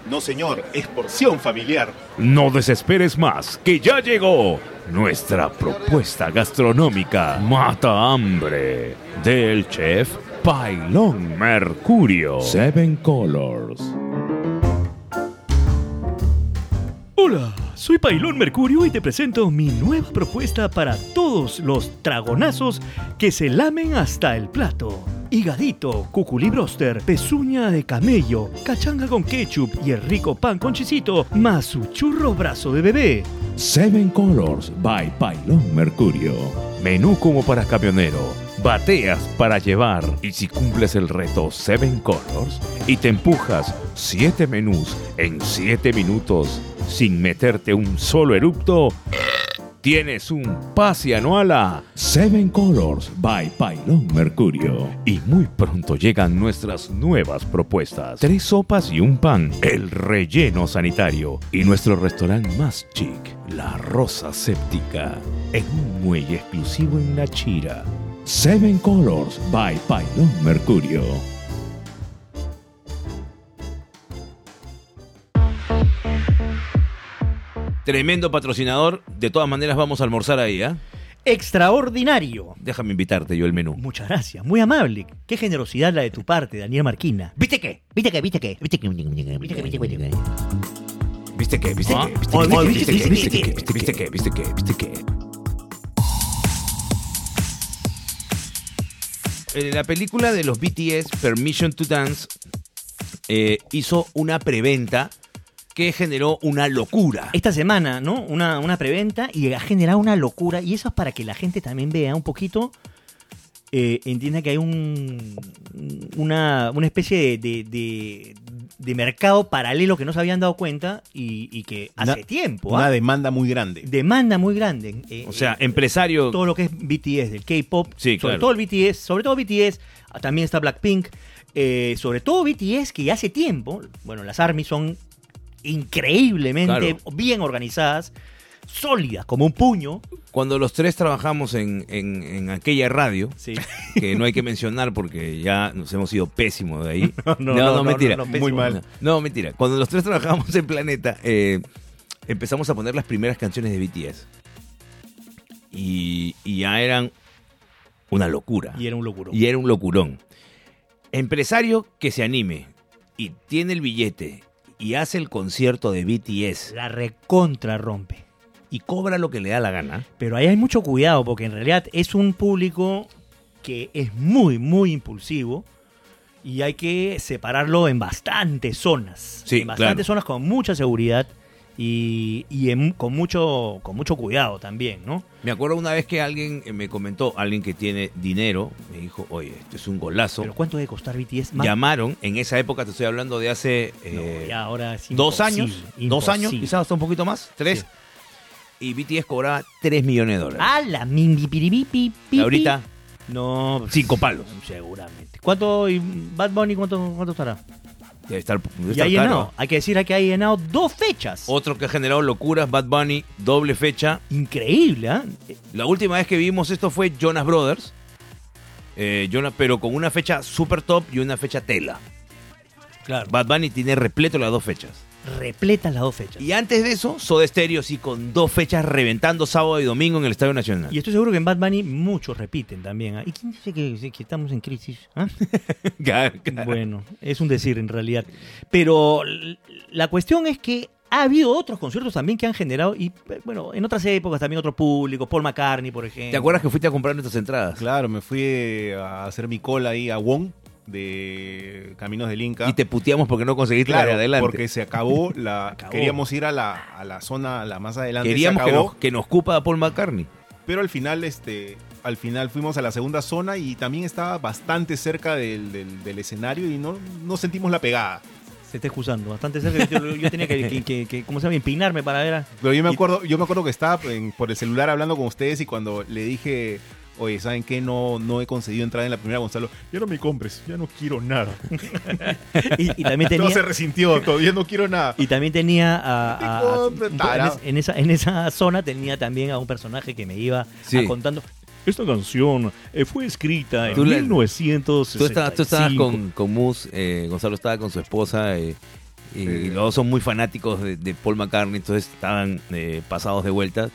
Speaker 7: No, señor, es porción familiar.
Speaker 2: No desesperes más, que ya llegó nuestra propuesta gastronómica Mata Hambre del chef Pailón Mercurio. Seven Colors.
Speaker 3: Hola, soy Pailón Mercurio y te presento mi nueva propuesta para todos los tragonazos que se lamen hasta el plato. Higadito, cuculi broster, pezuña de camello, cachanga con ketchup y el rico pan con chisito, más su churro brazo de bebé.
Speaker 2: Seven Colors by Pailón Mercurio. Menú como para camionero. Bateas para llevar. Y si cumples el reto Seven Colors y te empujas 7 menús en 7 minutos sin meterte un solo erupto, Tienes un pase anual a Seven Colors by Pailón Mercurio. Y muy pronto llegan nuestras nuevas propuestas. Tres sopas y un pan. El relleno sanitario. Y nuestro restaurante más chic, La Rosa Séptica. En un muelle exclusivo en La Chira. Seven Colors by Pailón Mercurio. Tremendo patrocinador. De todas maneras vamos a almorzar ahí, ¿ah?
Speaker 3: Extraordinario.
Speaker 2: Déjame invitarte yo el menú.
Speaker 3: Muchas gracias, muy amable. Qué generosidad la de tu parte, Daniel Marquina. ¿Viste qué? ¿Viste qué? ¿Viste qué? ¿Viste qué? ¿Viste qué? ¿Viste qué? ¿Viste qué?
Speaker 2: ¿Viste qué? ¿Viste
Speaker 3: ¿Ah?
Speaker 2: qué? ¿Viste
Speaker 3: Oh, oh,
Speaker 2: qué? ¿Viste
Speaker 3: ¿viste
Speaker 2: qué?
Speaker 3: qué?
Speaker 2: ¿Viste qué? ¿Viste qué? ¿Viste qué? ¿Viste qué? Eh, La película de los BTS, Permission to Dance, eh, hizo una preventa que generó una locura.
Speaker 3: Esta semana, ¿no? Una, una preventa y ha generado una locura. Y eso es para que la gente también vea un poquito, eh, entienda que hay un, una, una especie de, de- de- de mercado paralelo que no se habían dado cuenta y, y que hace
Speaker 11: Una-
Speaker 3: tiempo.
Speaker 11: Una
Speaker 3: ¿ah?
Speaker 11: demanda muy grande.
Speaker 3: demanda muy grande. eh,
Speaker 2: O sea, empresario.
Speaker 3: todo lo que es BTS, del K-pop,
Speaker 2: Sí,
Speaker 3: sobre
Speaker 2: claro.
Speaker 3: todo el BTS, sobre todo BTS, ah, también está Blackpink, eh, sobre todo BTS que hace tiempo, bueno, las ARMY son increíblemente
Speaker 2: Claro.
Speaker 3: bien organizadas, sólidas, como un puño.
Speaker 2: Cuando los tres trabajamos en, en- en aquella radio, que no hay que mencionar porque ya nos hemos ido pésimos de ahí.
Speaker 3: No, no, no, no,
Speaker 2: mentira.
Speaker 3: no, no, pésimo. Muy mal.
Speaker 2: No, no, mentira. Cuando los tres trabajamos en Planeta, eh, empezamos a poner las primeras canciones de BTS. Y, y ya eran una locura.
Speaker 3: Y era un locuro.
Speaker 2: Y era un locurón. Empresario que se anime y tiene el billete y hace el concierto de BTS
Speaker 3: La recontra rompe.
Speaker 2: y cobra lo que le da la gana.
Speaker 3: Pero ahí hay mucho cuidado porque en realidad es un público que es muy, muy impulsivo y hay que separarlo en bastantes zonas.
Speaker 2: Sí,
Speaker 3: en bastantes
Speaker 2: claro.
Speaker 3: zonas con mucha seguridad y, y en- con, mucho, con mucho cuidado también, ¿no?
Speaker 2: Me acuerdo una vez que alguien eh, me comentó, alguien que tiene dinero, me dijo, oye, esto es un golazo.
Speaker 3: Pero ¿cuánto debe costar BTS más?
Speaker 2: Llamaron, en esa época te estoy hablando de hace eh,
Speaker 3: ya ahora es
Speaker 2: dos
Speaker 3: imposible,
Speaker 2: años, dos
Speaker 3: imposible.
Speaker 2: años, quizás hasta un poquito más, tres. Y BTS cobraba 3 millones de dólares.
Speaker 3: ¡A la mimbi, piribi, pi, pi,
Speaker 2: Y ahorita,
Speaker 3: No,
Speaker 2: cinco palos.
Speaker 3: Seguramente. ¿Cuánto, y Bad Bunny, cuánto, cuánto estará?
Speaker 2: Debe estar, debe
Speaker 3: Y
Speaker 2: estar
Speaker 3: ha
Speaker 2: caro.
Speaker 3: llenado. Hay que decir hay que ha llenado dos fechas.
Speaker 2: Otro que ha generado locuras, Bad Bunny, doble fecha.
Speaker 3: Increíble, ¿ah?
Speaker 2: La última vez que vimos esto fue Jonas Brothers. Eh, Jonas, pero con una fecha super top y una fecha tela.
Speaker 3: Claro.
Speaker 2: Bad Bunny tiene repleto las dos fechas.
Speaker 3: Repletas las dos fechas.
Speaker 2: Y antes de eso, Soda Stereo sí con dos fechas reventando sábado y domingo en el Estadio Nacional.
Speaker 3: Y estoy seguro que en Bad Bunny muchos repiten también. ¿ah? ¿Y quién dice que, dice que estamos en crisis? ah? bueno, es un decir en realidad. Pero l- la cuestión es que ha habido otros conciertos también que han generado, y bueno, en otras épocas también otro público, Paul McCartney, por ejemplo.
Speaker 2: ¿Te acuerdas que fuiste a comprar nuestras entradas?
Speaker 11: Claro, me fui eh, a hacer mi cola ahí a Wong de Caminos del Inca.
Speaker 2: Y te puteamos porque no conseguiste la de
Speaker 11: Claro,
Speaker 2: adelante.
Speaker 11: porque se acabó la... Queríamos ir a la, a la zona, a la más adelante. se
Speaker 2: Queríamos que
Speaker 11: acabó.
Speaker 2: nos, que nos cupa a Paul McCartney.
Speaker 11: pero al final este al final fuimos a la segunda zona y también estaba bastante cerca del, del- del escenario y no, no sentimos la pegada.
Speaker 3: Se está excusando bastante cerca. Yo, yo tenía que, que- que- que, ¿cómo se llama? Empinarme para ver a...
Speaker 11: Pero yo me acuerdo, yo me acuerdo que estaba pues, en- por el celular hablando con ustedes y cuando le dije, oye, ¿saben qué? No, no he conseguido entrar en la primera Gonzalo, ya no me compres, ya no quiero nada.
Speaker 3: Y, y también tenía...
Speaker 11: No se resintió, todavía no quiero nada.
Speaker 3: Y también tenía a- a- a-
Speaker 11: Tipo,
Speaker 3: un poco en
Speaker 11: tarado.
Speaker 3: es- en, esa, en esa zona tenía también a un personaje que me iba a
Speaker 2: Sí.
Speaker 3: contando. Esta canción eh, fue escrita
Speaker 2: Tú le-
Speaker 3: 1965.
Speaker 2: Tú estabas, tú estabas con, con Mus, eh, Gonzalo estaba con su esposa eh, y, y los dos son muy fanáticos de, de Paul McCartney, entonces estaban eh, pasados de vuelta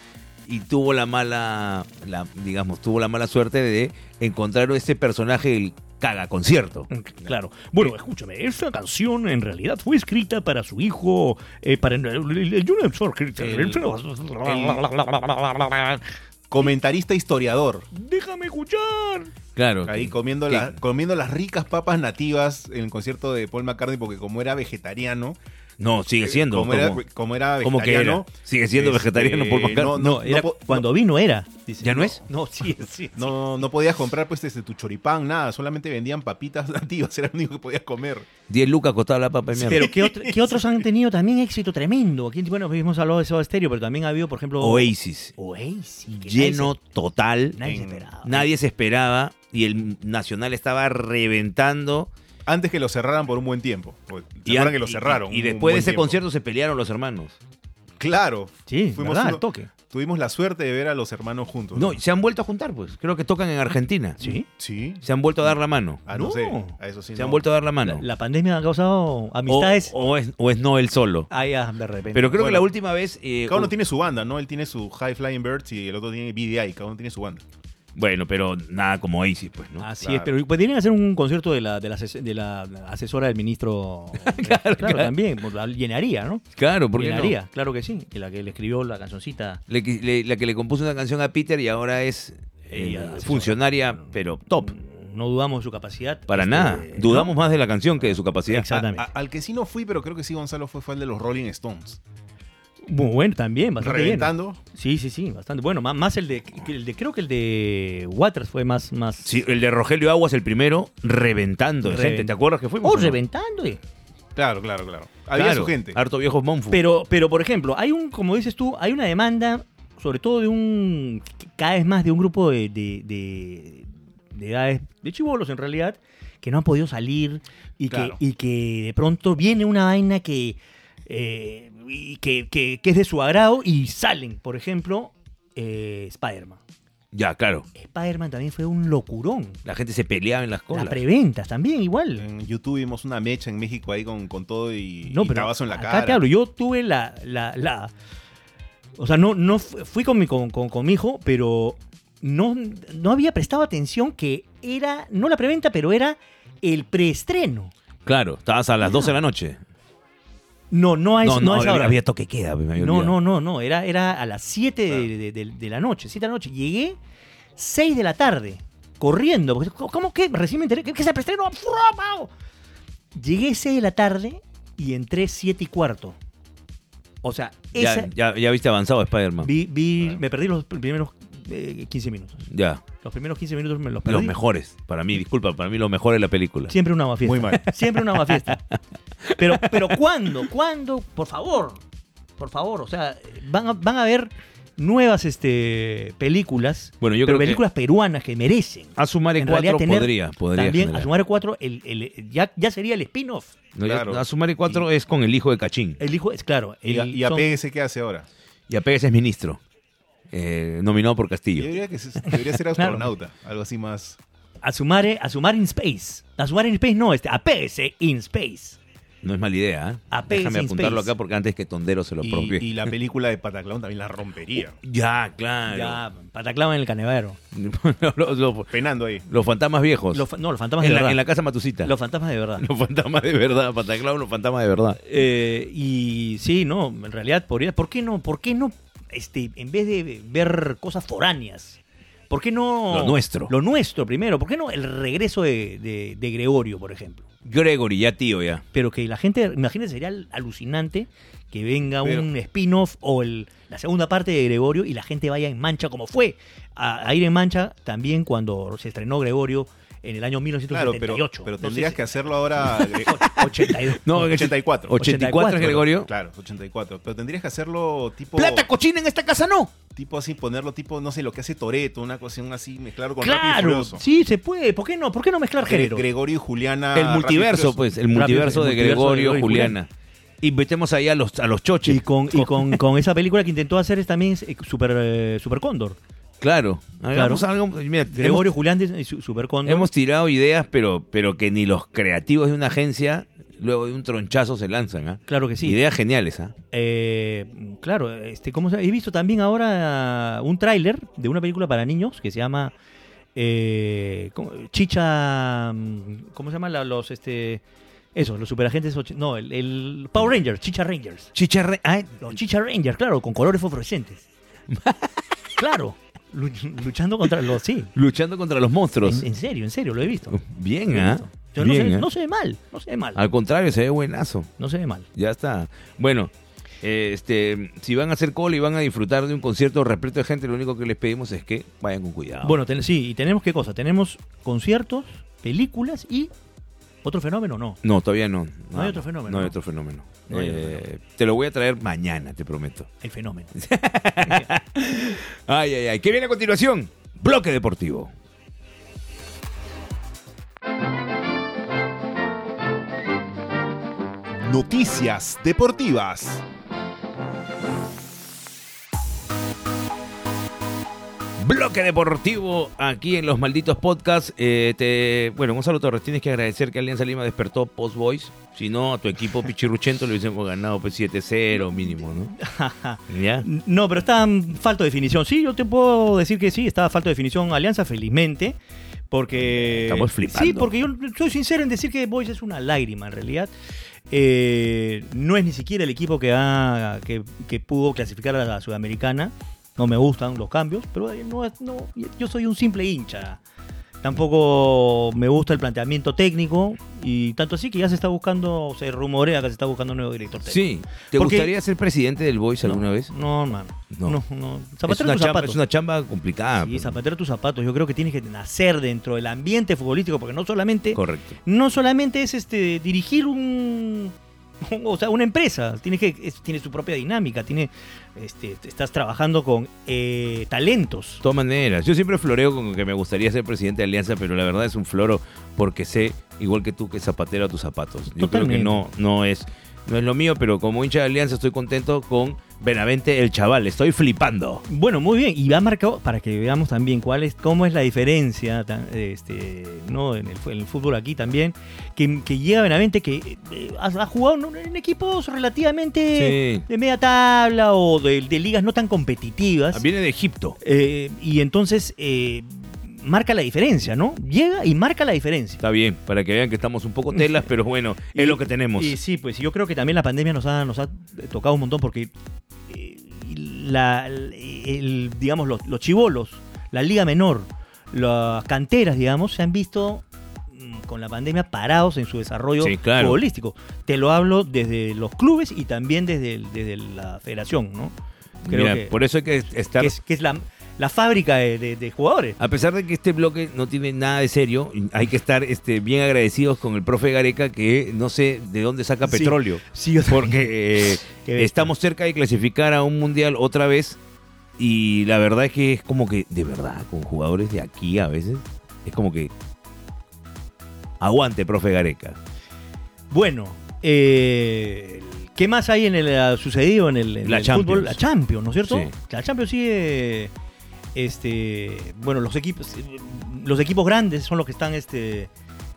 Speaker 2: y tuvo la mala, la, digamos, tuvo la mala suerte de encontrar ese personaje del caga concierto.
Speaker 11: Mm,
Speaker 3: Claro. Bueno, escúchame, esta canción en realidad fue escrita para su hijo, eh, para el, el- el Julian Sorkin.
Speaker 11: Comentarista historiador.
Speaker 3: Déjame escuchar.
Speaker 2: Claro.
Speaker 11: Ahí comiendo, la- comiendo las ricas papas nativas en el concierto de Paul McCartney, porque como era vegetariano,
Speaker 2: No, sigue siendo.
Speaker 11: Como era- como era
Speaker 2: ¿cómo que era?
Speaker 11: vegetariano,
Speaker 2: Sigue siendo
Speaker 11: este,
Speaker 2: vegetariano por Pascal.
Speaker 11: no, no, no po-
Speaker 3: cuando vino era.
Speaker 2: ¿Ya no es?
Speaker 3: No, sí, sí.
Speaker 11: No, no podías comprar pues desde tu choripán, nada. Solamente vendían papitas nativas, era lo único que podías comer.
Speaker 2: 10 lucas costaba la papa de mierda.
Speaker 3: Pero ¿qué, otro- qué otros han tenido también éxito tremendo? Aquí, bueno, hemos hablado de Soda Stereo, pero también ha habido, por ejemplo...
Speaker 2: Oasis.
Speaker 3: Oasis. que
Speaker 2: Lleno
Speaker 3: nadie
Speaker 2: total.
Speaker 3: nadie se
Speaker 2: En-
Speaker 3: esperaba.
Speaker 2: Nadie se esperaba y el Nacional estaba reventando.
Speaker 11: Antes que lo cerraran por un buen tiempo. ¿Se
Speaker 2: Y
Speaker 11: acuerdan
Speaker 2: an-
Speaker 11: que lo
Speaker 2: y-
Speaker 11: cerraron?
Speaker 2: Y, y
Speaker 11: un
Speaker 2: después de
Speaker 11: buen
Speaker 2: ese
Speaker 11: tiempo?
Speaker 2: concierto se pelearon los hermanos.
Speaker 11: Claro.
Speaker 3: Sí, ¿verdad? Al
Speaker 11: uno-
Speaker 3: toque.
Speaker 11: Tuvimos la suerte de ver a los hermanos juntos.
Speaker 2: No, y se han vuelto a juntar, pues. Creo que tocan en Argentina.
Speaker 3: ¿Sí?
Speaker 11: Sí.
Speaker 2: Se han vuelto a dar la mano.
Speaker 11: Ah, no,
Speaker 3: No.
Speaker 11: sé. A eso sí
Speaker 2: Se
Speaker 11: no.
Speaker 2: han vuelto a dar la mano.
Speaker 3: La pandemia ha causado
Speaker 2: O,
Speaker 3: amistades.
Speaker 2: o es, o es no él solo.
Speaker 3: Ah, ya, de repente.
Speaker 2: Oh, Pero creo que
Speaker 11: Bueno.
Speaker 2: la última vez. eh,
Speaker 11: Cada uno
Speaker 2: u-
Speaker 11: tiene su banda, ¿no? Él tiene su High Flying Birds y el otro tiene BDI. Cada uno tiene su banda.
Speaker 2: Bueno, pero nada como Oasis, pues, ¿no?
Speaker 3: Así es,
Speaker 11: Claro.
Speaker 3: pero podrían hacer un concierto de la, de la, ases- de la asesora del ministro. eh, claro,
Speaker 2: claro.
Speaker 3: también. pues, la Llenaría, ¿no?
Speaker 2: Claro, porque
Speaker 3: Llenaría, claro que sí. Que la que le escribió la cancioncita.
Speaker 2: la que le compuso una canción a Peter y ahora es eh,
Speaker 3: Ella, asesora.
Speaker 2: funcionaria, pero top.
Speaker 3: No dudamos de su capacidad.
Speaker 2: Para
Speaker 3: Este,
Speaker 2: nada.
Speaker 3: ¿no?
Speaker 2: Dudamos más de la canción que de su capacidad.
Speaker 3: Exactamente.
Speaker 11: A- al que sí no fui, pero creo que sí Gonzalo fue, fue el de los Rolling Stones.
Speaker 3: Muy bueno, también, bastante bien.
Speaker 11: Reventando.
Speaker 3: Sí, sí, sí, bastante. Bueno, más, más el de, que el de. Creo que el de Waters fue más. más
Speaker 2: Ah, Sí, el de Rogelio Aguas, el primero, reventando de
Speaker 3: Reven-
Speaker 2: gente. ¿Te acuerdas que fuimos?
Speaker 3: Oh,
Speaker 2: o no?
Speaker 3: reventando. eh.
Speaker 11: Claro, claro, claro. Había
Speaker 2: Claro,
Speaker 11: su gente.
Speaker 2: Harto viejos monfu.
Speaker 3: Pero, pero, por ejemplo, hay un, como dices tú, hay una demanda, sobre todo de un. cada vez más de un grupo de, de, de, de edades. de chivolos en realidad, que no han podido salir y,
Speaker 11: Claro.
Speaker 3: que, y que de pronto viene una vaina que. eh, y que, que- que es de su agrado y salen, por ejemplo, eh, Spider-Man.
Speaker 2: ya, claro.
Speaker 3: Spider-Man también fue un locurón.
Speaker 2: La gente se peleaba en las
Speaker 3: Las
Speaker 2: colas.
Speaker 3: preventas también, igual.
Speaker 11: En YouTube vimos una mecha en México ahí con, con todo y,
Speaker 3: No,
Speaker 11: y
Speaker 3: pero
Speaker 11: tabazo en la
Speaker 3: acá
Speaker 11: cara.
Speaker 3: te hablo, yo tuve la, la, la- o sea, no, no fu- fui con mi, con, con- con mi hijo, pero no, no había prestado atención que era, no la preventa, pero era el preestreno.
Speaker 2: Claro, estabas a las 12 de la noche.
Speaker 3: No, no a es-
Speaker 2: No, no,
Speaker 3: no a esa
Speaker 2: había,
Speaker 3: hora.
Speaker 2: había toque de queda. me había
Speaker 3: no,
Speaker 2: olvidado.
Speaker 3: no, no, no, era, era a las 7 de, de- de- de la noche, 7 de la noche. Llegué 6 de la tarde, corriendo. porque, ¿Cómo que? Recién me enteré que que se preestreno. ¡Fua, pao! Llegué 6 de la tarde y entré 7 y cuarto. O sea, esa,
Speaker 2: Ya, ya, ya viste avanzado Spider-Man.
Speaker 3: Vi, vi- me perdí los primeros eh, 15 minutos.
Speaker 2: Ya.
Speaker 3: Los primeros 15 minutos me los perdí.
Speaker 2: Los mejores. Para mí, disculpa, para mí los mejores de la película.
Speaker 3: Siempre una fiesta.
Speaker 11: Muy mal.
Speaker 3: Siempre una fiesta. pero, pero ¿cuándo? ¿Cuándo? Por favor. Por favor. O sea, van a, van a ver nuevas este, películas.
Speaker 2: Bueno, yo
Speaker 3: pero
Speaker 2: creo que-
Speaker 3: películas peruanas que merecen.
Speaker 2: A sumar
Speaker 3: en
Speaker 2: 4
Speaker 3: realidad tener
Speaker 2: podría. podría
Speaker 3: también
Speaker 2: generar.
Speaker 3: a sumar 4 el, el- ya, ya sería el spin-off.
Speaker 2: No, ya-
Speaker 11: Claro.
Speaker 2: A sumar 4 es con el hijo de Cachín.
Speaker 3: El hijo es claro.
Speaker 11: Y, a-
Speaker 3: el-
Speaker 11: y a
Speaker 3: son-
Speaker 11: PGS, ¿qué hace ahora?
Speaker 2: Y Apegas es ministro. eh, nominado por
Speaker 11: Yo
Speaker 2: Castillo.
Speaker 11: diría que se- debería ser
Speaker 3: Claro.
Speaker 11: astronauta, algo así más.
Speaker 3: a sumar eh, a sumar in space. A sumar in space no, este, a PS in space.
Speaker 2: No es mala idea. ¿eh?
Speaker 3: Apegas
Speaker 2: Déjame
Speaker 3: in
Speaker 2: apuntarlo
Speaker 3: space.
Speaker 2: acá porque antes que Tondero se lo
Speaker 11: Y,
Speaker 2: apropie.
Speaker 11: y la película de Pataclown también la rompería.
Speaker 2: Ah, Ya, claro.
Speaker 3: Ya, pataclava en el canevero.
Speaker 2: los, los-
Speaker 11: Penando ahí.
Speaker 2: los fantasmas viejos.
Speaker 3: Los fa- no, los fantasmas de
Speaker 2: Pues en, la,
Speaker 3: verdad.
Speaker 2: en la casa Matucita.
Speaker 3: Los fantasmas de verdad.
Speaker 2: Los fantasmas de verdad, Pataclao, los fantasmas de verdad.
Speaker 3: Eh, y sí, no, en realidad podría. ¿Por qué no? ¿Por qué no? Este, en vez de ver cosas foráneas, ¿por qué no.
Speaker 2: Lo nuestro.
Speaker 3: Lo nuestro primero. ¿Por qué no el regreso de, de- de Gregorio, por ejemplo?
Speaker 2: Gregory, ya tío, ya.
Speaker 3: Pero que la gente, imagínense, sería al- alucinante que venga
Speaker 11: Pero-
Speaker 3: un spin-off o el, la segunda parte de Gregorio y la gente vaya en mancha, como fue a, a ir en mancha también cuando se estrenó Gregorio en el año
Speaker 11: Claro, pero,
Speaker 3: 1978.
Speaker 11: pero
Speaker 3: Entonces,
Speaker 11: tendrías que hacerlo ahora. eh,
Speaker 3: 82.
Speaker 2: No,
Speaker 11: 84.
Speaker 2: 84 es Gregorio.
Speaker 11: Claro, 84. Pero tendrías que hacerlo
Speaker 2: Oh.
Speaker 11: tipo.
Speaker 6: Plata cochina en esta casa no.
Speaker 11: Tipo así, ponerlo tipo, no sé, lo que hace Toreto, una cosa así, mezclarlo con Rápido y
Speaker 3: Claro,
Speaker 11: Furioso.
Speaker 3: sí, se puede. ¿Por qué no? ¿Por qué no mezclar
Speaker 11: Gre-
Speaker 3: género?
Speaker 11: Gregorio y Juliana.
Speaker 2: El
Speaker 11: Rápido y
Speaker 2: multiverso,
Speaker 11: Furioso.
Speaker 2: pues. El
Speaker 3: Rápido,
Speaker 2: multiverso
Speaker 3: el multiverso
Speaker 2: de
Speaker 3: de
Speaker 2: Gregorio,
Speaker 3: Gregorio y
Speaker 2: Juliana. Y metemos ahí a los, a los choches.
Speaker 3: Y con, y con, con esa película que intentó hacer es también eh, Super, eh, Super Cóndor.
Speaker 2: Claro. Hagamos algo- mira,
Speaker 3: Gregorio Julián de- y su- Super Cóndor.
Speaker 2: hemos, hemos tirado ideas, pero, pero que ni los creativos de una agencia, luego de un tronchazo, se lanzan. ¿ah?
Speaker 3: claro que sí.
Speaker 2: Ideas geniales, ¿ah?
Speaker 3: Eh, claro, este, ¿cómo se- he visto también ahora un tráiler de una película para niños que se llama eh, ¿cómo- Chicha. mm, ¿Cómo se llama? La- los este, esos, los superagentes. och- No, el, el Power Rangers, Chicha Rangers.
Speaker 2: Chicharre. ah,
Speaker 3: Los Chicha Rangers, claro, con colores fosforescentes. claro, luch- luchando contra los. Sí,
Speaker 2: luchando contra los monstruos.
Speaker 3: En, en serio, en serio, lo he visto.
Speaker 2: Bien, ¿ah?
Speaker 3: Entonces,
Speaker 2: Bien,
Speaker 3: no, se,
Speaker 2: ¿eh?
Speaker 3: no se ve mal, no se ve mal.
Speaker 2: Al contrario, se ve buenazo.
Speaker 3: No se ve mal.
Speaker 2: Ya está. Bueno, eh, este, si van a hacer cola y van a disfrutar de un concierto repleto de gente, lo único que les pedimos es que vayan con cuidado.
Speaker 3: Bueno, ten- sí, y tenemos qué cosa, tenemos conciertos, películas y otro fenómeno, no.
Speaker 2: No, todavía no.
Speaker 3: No hay otro fenómeno,
Speaker 2: No hay
Speaker 3: ¿no?
Speaker 2: otro fenómeno.
Speaker 3: No hay otro
Speaker 2: Eh, Te lo voy a traer mañana, te prometo.
Speaker 3: El fenómeno.
Speaker 2: Ay, ay, ay. ¿Qué viene a continuación? Bloque deportivo.
Speaker 3: pues.
Speaker 1: Noticias deportivas.
Speaker 2: Bloque deportivo aquí en los malditos podcasts. Eh, te- bueno, Gonzalo Torres, tienes que agradecer que Alianza Lima despertó Post Boys. Si no, a tu equipo Pichirruchento lo hubiésemos ganado pues, 7-0 mínimo, ¿no? ¿Ya?
Speaker 3: No, pero está mm, falto de definición. Sí, yo te puedo decir que sí, está falto de definición Alianza, felizmente. Porque.
Speaker 2: Estamos flipando.
Speaker 3: Sí, porque yo soy sincero en decir que Boys es una lágrima en realidad. Eh, no es ni siquiera el equipo que, ha, que, que pudo clasificar a la Sudamericana. No me gustan los cambios, pero eh, no, es- no, yo soy un simple hincha. Tampoco me gusta el planteamiento técnico y tanto así que ya se está buscando, se rumorea que se está buscando un nuevo director técnico.
Speaker 2: Sí. ¿Te
Speaker 3: Porque-
Speaker 2: gustaría ser presidente del Boys alguna vez?
Speaker 3: No, hermano.
Speaker 2: No.
Speaker 3: No, no. Zapatero
Speaker 2: es,
Speaker 3: tus
Speaker 2: una chamba,
Speaker 3: zapatos.
Speaker 2: es una chamba complicada.
Speaker 3: Sí,
Speaker 2: pues.
Speaker 3: zapatero tus zapatos. Yo creo que tienes que nacer dentro del ambiente futbolístico, porque no solamente,
Speaker 2: Correcto.
Speaker 3: no solamente es este dirigir un, o sea, una empresa. Tienes que, es- tiene su propia dinámica. Tiene, este, estás trabajando con eh, talentos.
Speaker 2: De todas maneras, yo siempre floreo con que me gustaría ser presidente de Alianza, pero la verdad es un floro porque sé, igual que tú, que es zapatero a tus zapatos. Yo creo
Speaker 3: Totalmente.
Speaker 2: que no, no, es, no es lo mío, pero como hincha de Alianza estoy contento con Benavente el chaval. Estoy flipando.
Speaker 3: Bueno, muy bien. Y va marcado para que veamos también cuál es, cómo es la diferencia tan- este, ¿no? en, el, fu- en el fútbol aquí también. Que, que llega Benavente, que eh, ha, ha jugado en, en equipos relativamente
Speaker 2: Sí.
Speaker 3: de media tabla o de, de ligas no tan competitivas.
Speaker 2: Viene de Egipto.
Speaker 3: Eh, y entonces eh, marca la diferencia, ¿no? Llega y marca la diferencia.
Speaker 2: Está bien, para que vean que estamos un poco telas, pero bueno, es lo que tenemos.
Speaker 3: Y sí, pues yo creo que también la pandemia nos ha, nos ha tocado un montón porque eh, la, el- digamos, los, los chivolos, la liga menor, las canteras, digamos, se han visto mm, con la pandemia parados en su desarrollo
Speaker 2: Sí, claro.
Speaker 3: futbolístico. Te lo hablo desde los clubes y también desde, el- desde la federación, ¿no? Creo
Speaker 2: Mira,
Speaker 3: que,
Speaker 2: por eso hay que estar...
Speaker 3: que es, que es la, la fábrica de- de- de jugadores.
Speaker 2: A pesar de que este bloque no tiene nada de serio, hay que estar este, bien agradecidos con el profe Gareca que no sé de dónde saca
Speaker 3: Sí,
Speaker 2: petróleo.
Speaker 3: sí, yo también.
Speaker 2: porque eh,
Speaker 3: Qué bestia.
Speaker 2: estamos cerca de clasificar a un mundial otra vez y la verdad es que es como que, de verdad, con jugadores de aquí a veces, es como que... Aguante, profe Gareca.
Speaker 3: Bueno, eh, ¿qué más hay en el ha sucedido en el, en
Speaker 2: La
Speaker 3: el
Speaker 2: Champions.
Speaker 3: fútbol? La Champions, ¿no es cierto?
Speaker 2: Sí.
Speaker 3: La Champions sigue, este, bueno, los equipos, los equipos grandes son los que están, este,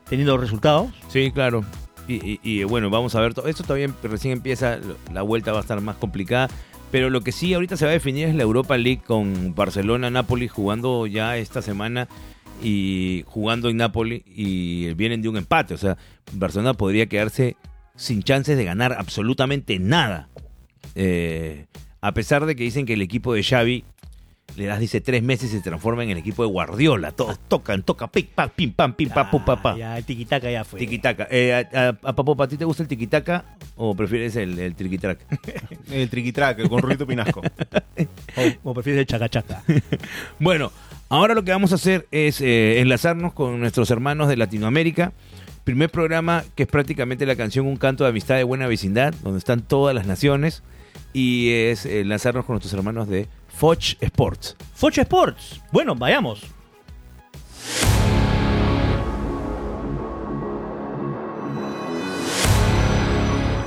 Speaker 3: teniendo resultados.
Speaker 2: Sí, claro. Y, y- y, bueno, vamos a ver. to- Esto todavía recién empieza. lo- La vuelta va a estar más complicada. Pero lo que sí ahorita se va a definir es la Europa League con Barcelona, Nápoles jugando ya esta semana y jugando en Nápoles y vienen de un empate. O sea, Barcelona podría quedarse sin chances de ganar absolutamente nada. Eh, a pesar de que dicen que el equipo de Xavi le das, dice, tres meses y se transforma en el equipo de Guardiola. Todos tocan, toca, pic, pac, pim, pam, pim, pam, pum, pam, pam.
Speaker 3: Ah, Ya, el tiquitaca ya fue.
Speaker 2: Tiquitaca. Eh, a, a- a Papo, ¿a ti te gusta el tiquitaca o prefieres el, el triquitrac?
Speaker 11: El triquitrac, con Rulito Pinasco.
Speaker 3: O, o prefieres el chacachaca.
Speaker 2: bueno, ahora lo que vamos a hacer es eh, enlazarnos con nuestros hermanos de Latinoamérica. Primer programa que es prácticamente la canción Un canto de amistad de buena vecindad, donde están todas las naciones. Y es eh, enlazarnos con nuestros hermanos de Foch Sports.
Speaker 3: Foch Sports. Bueno, vayamos.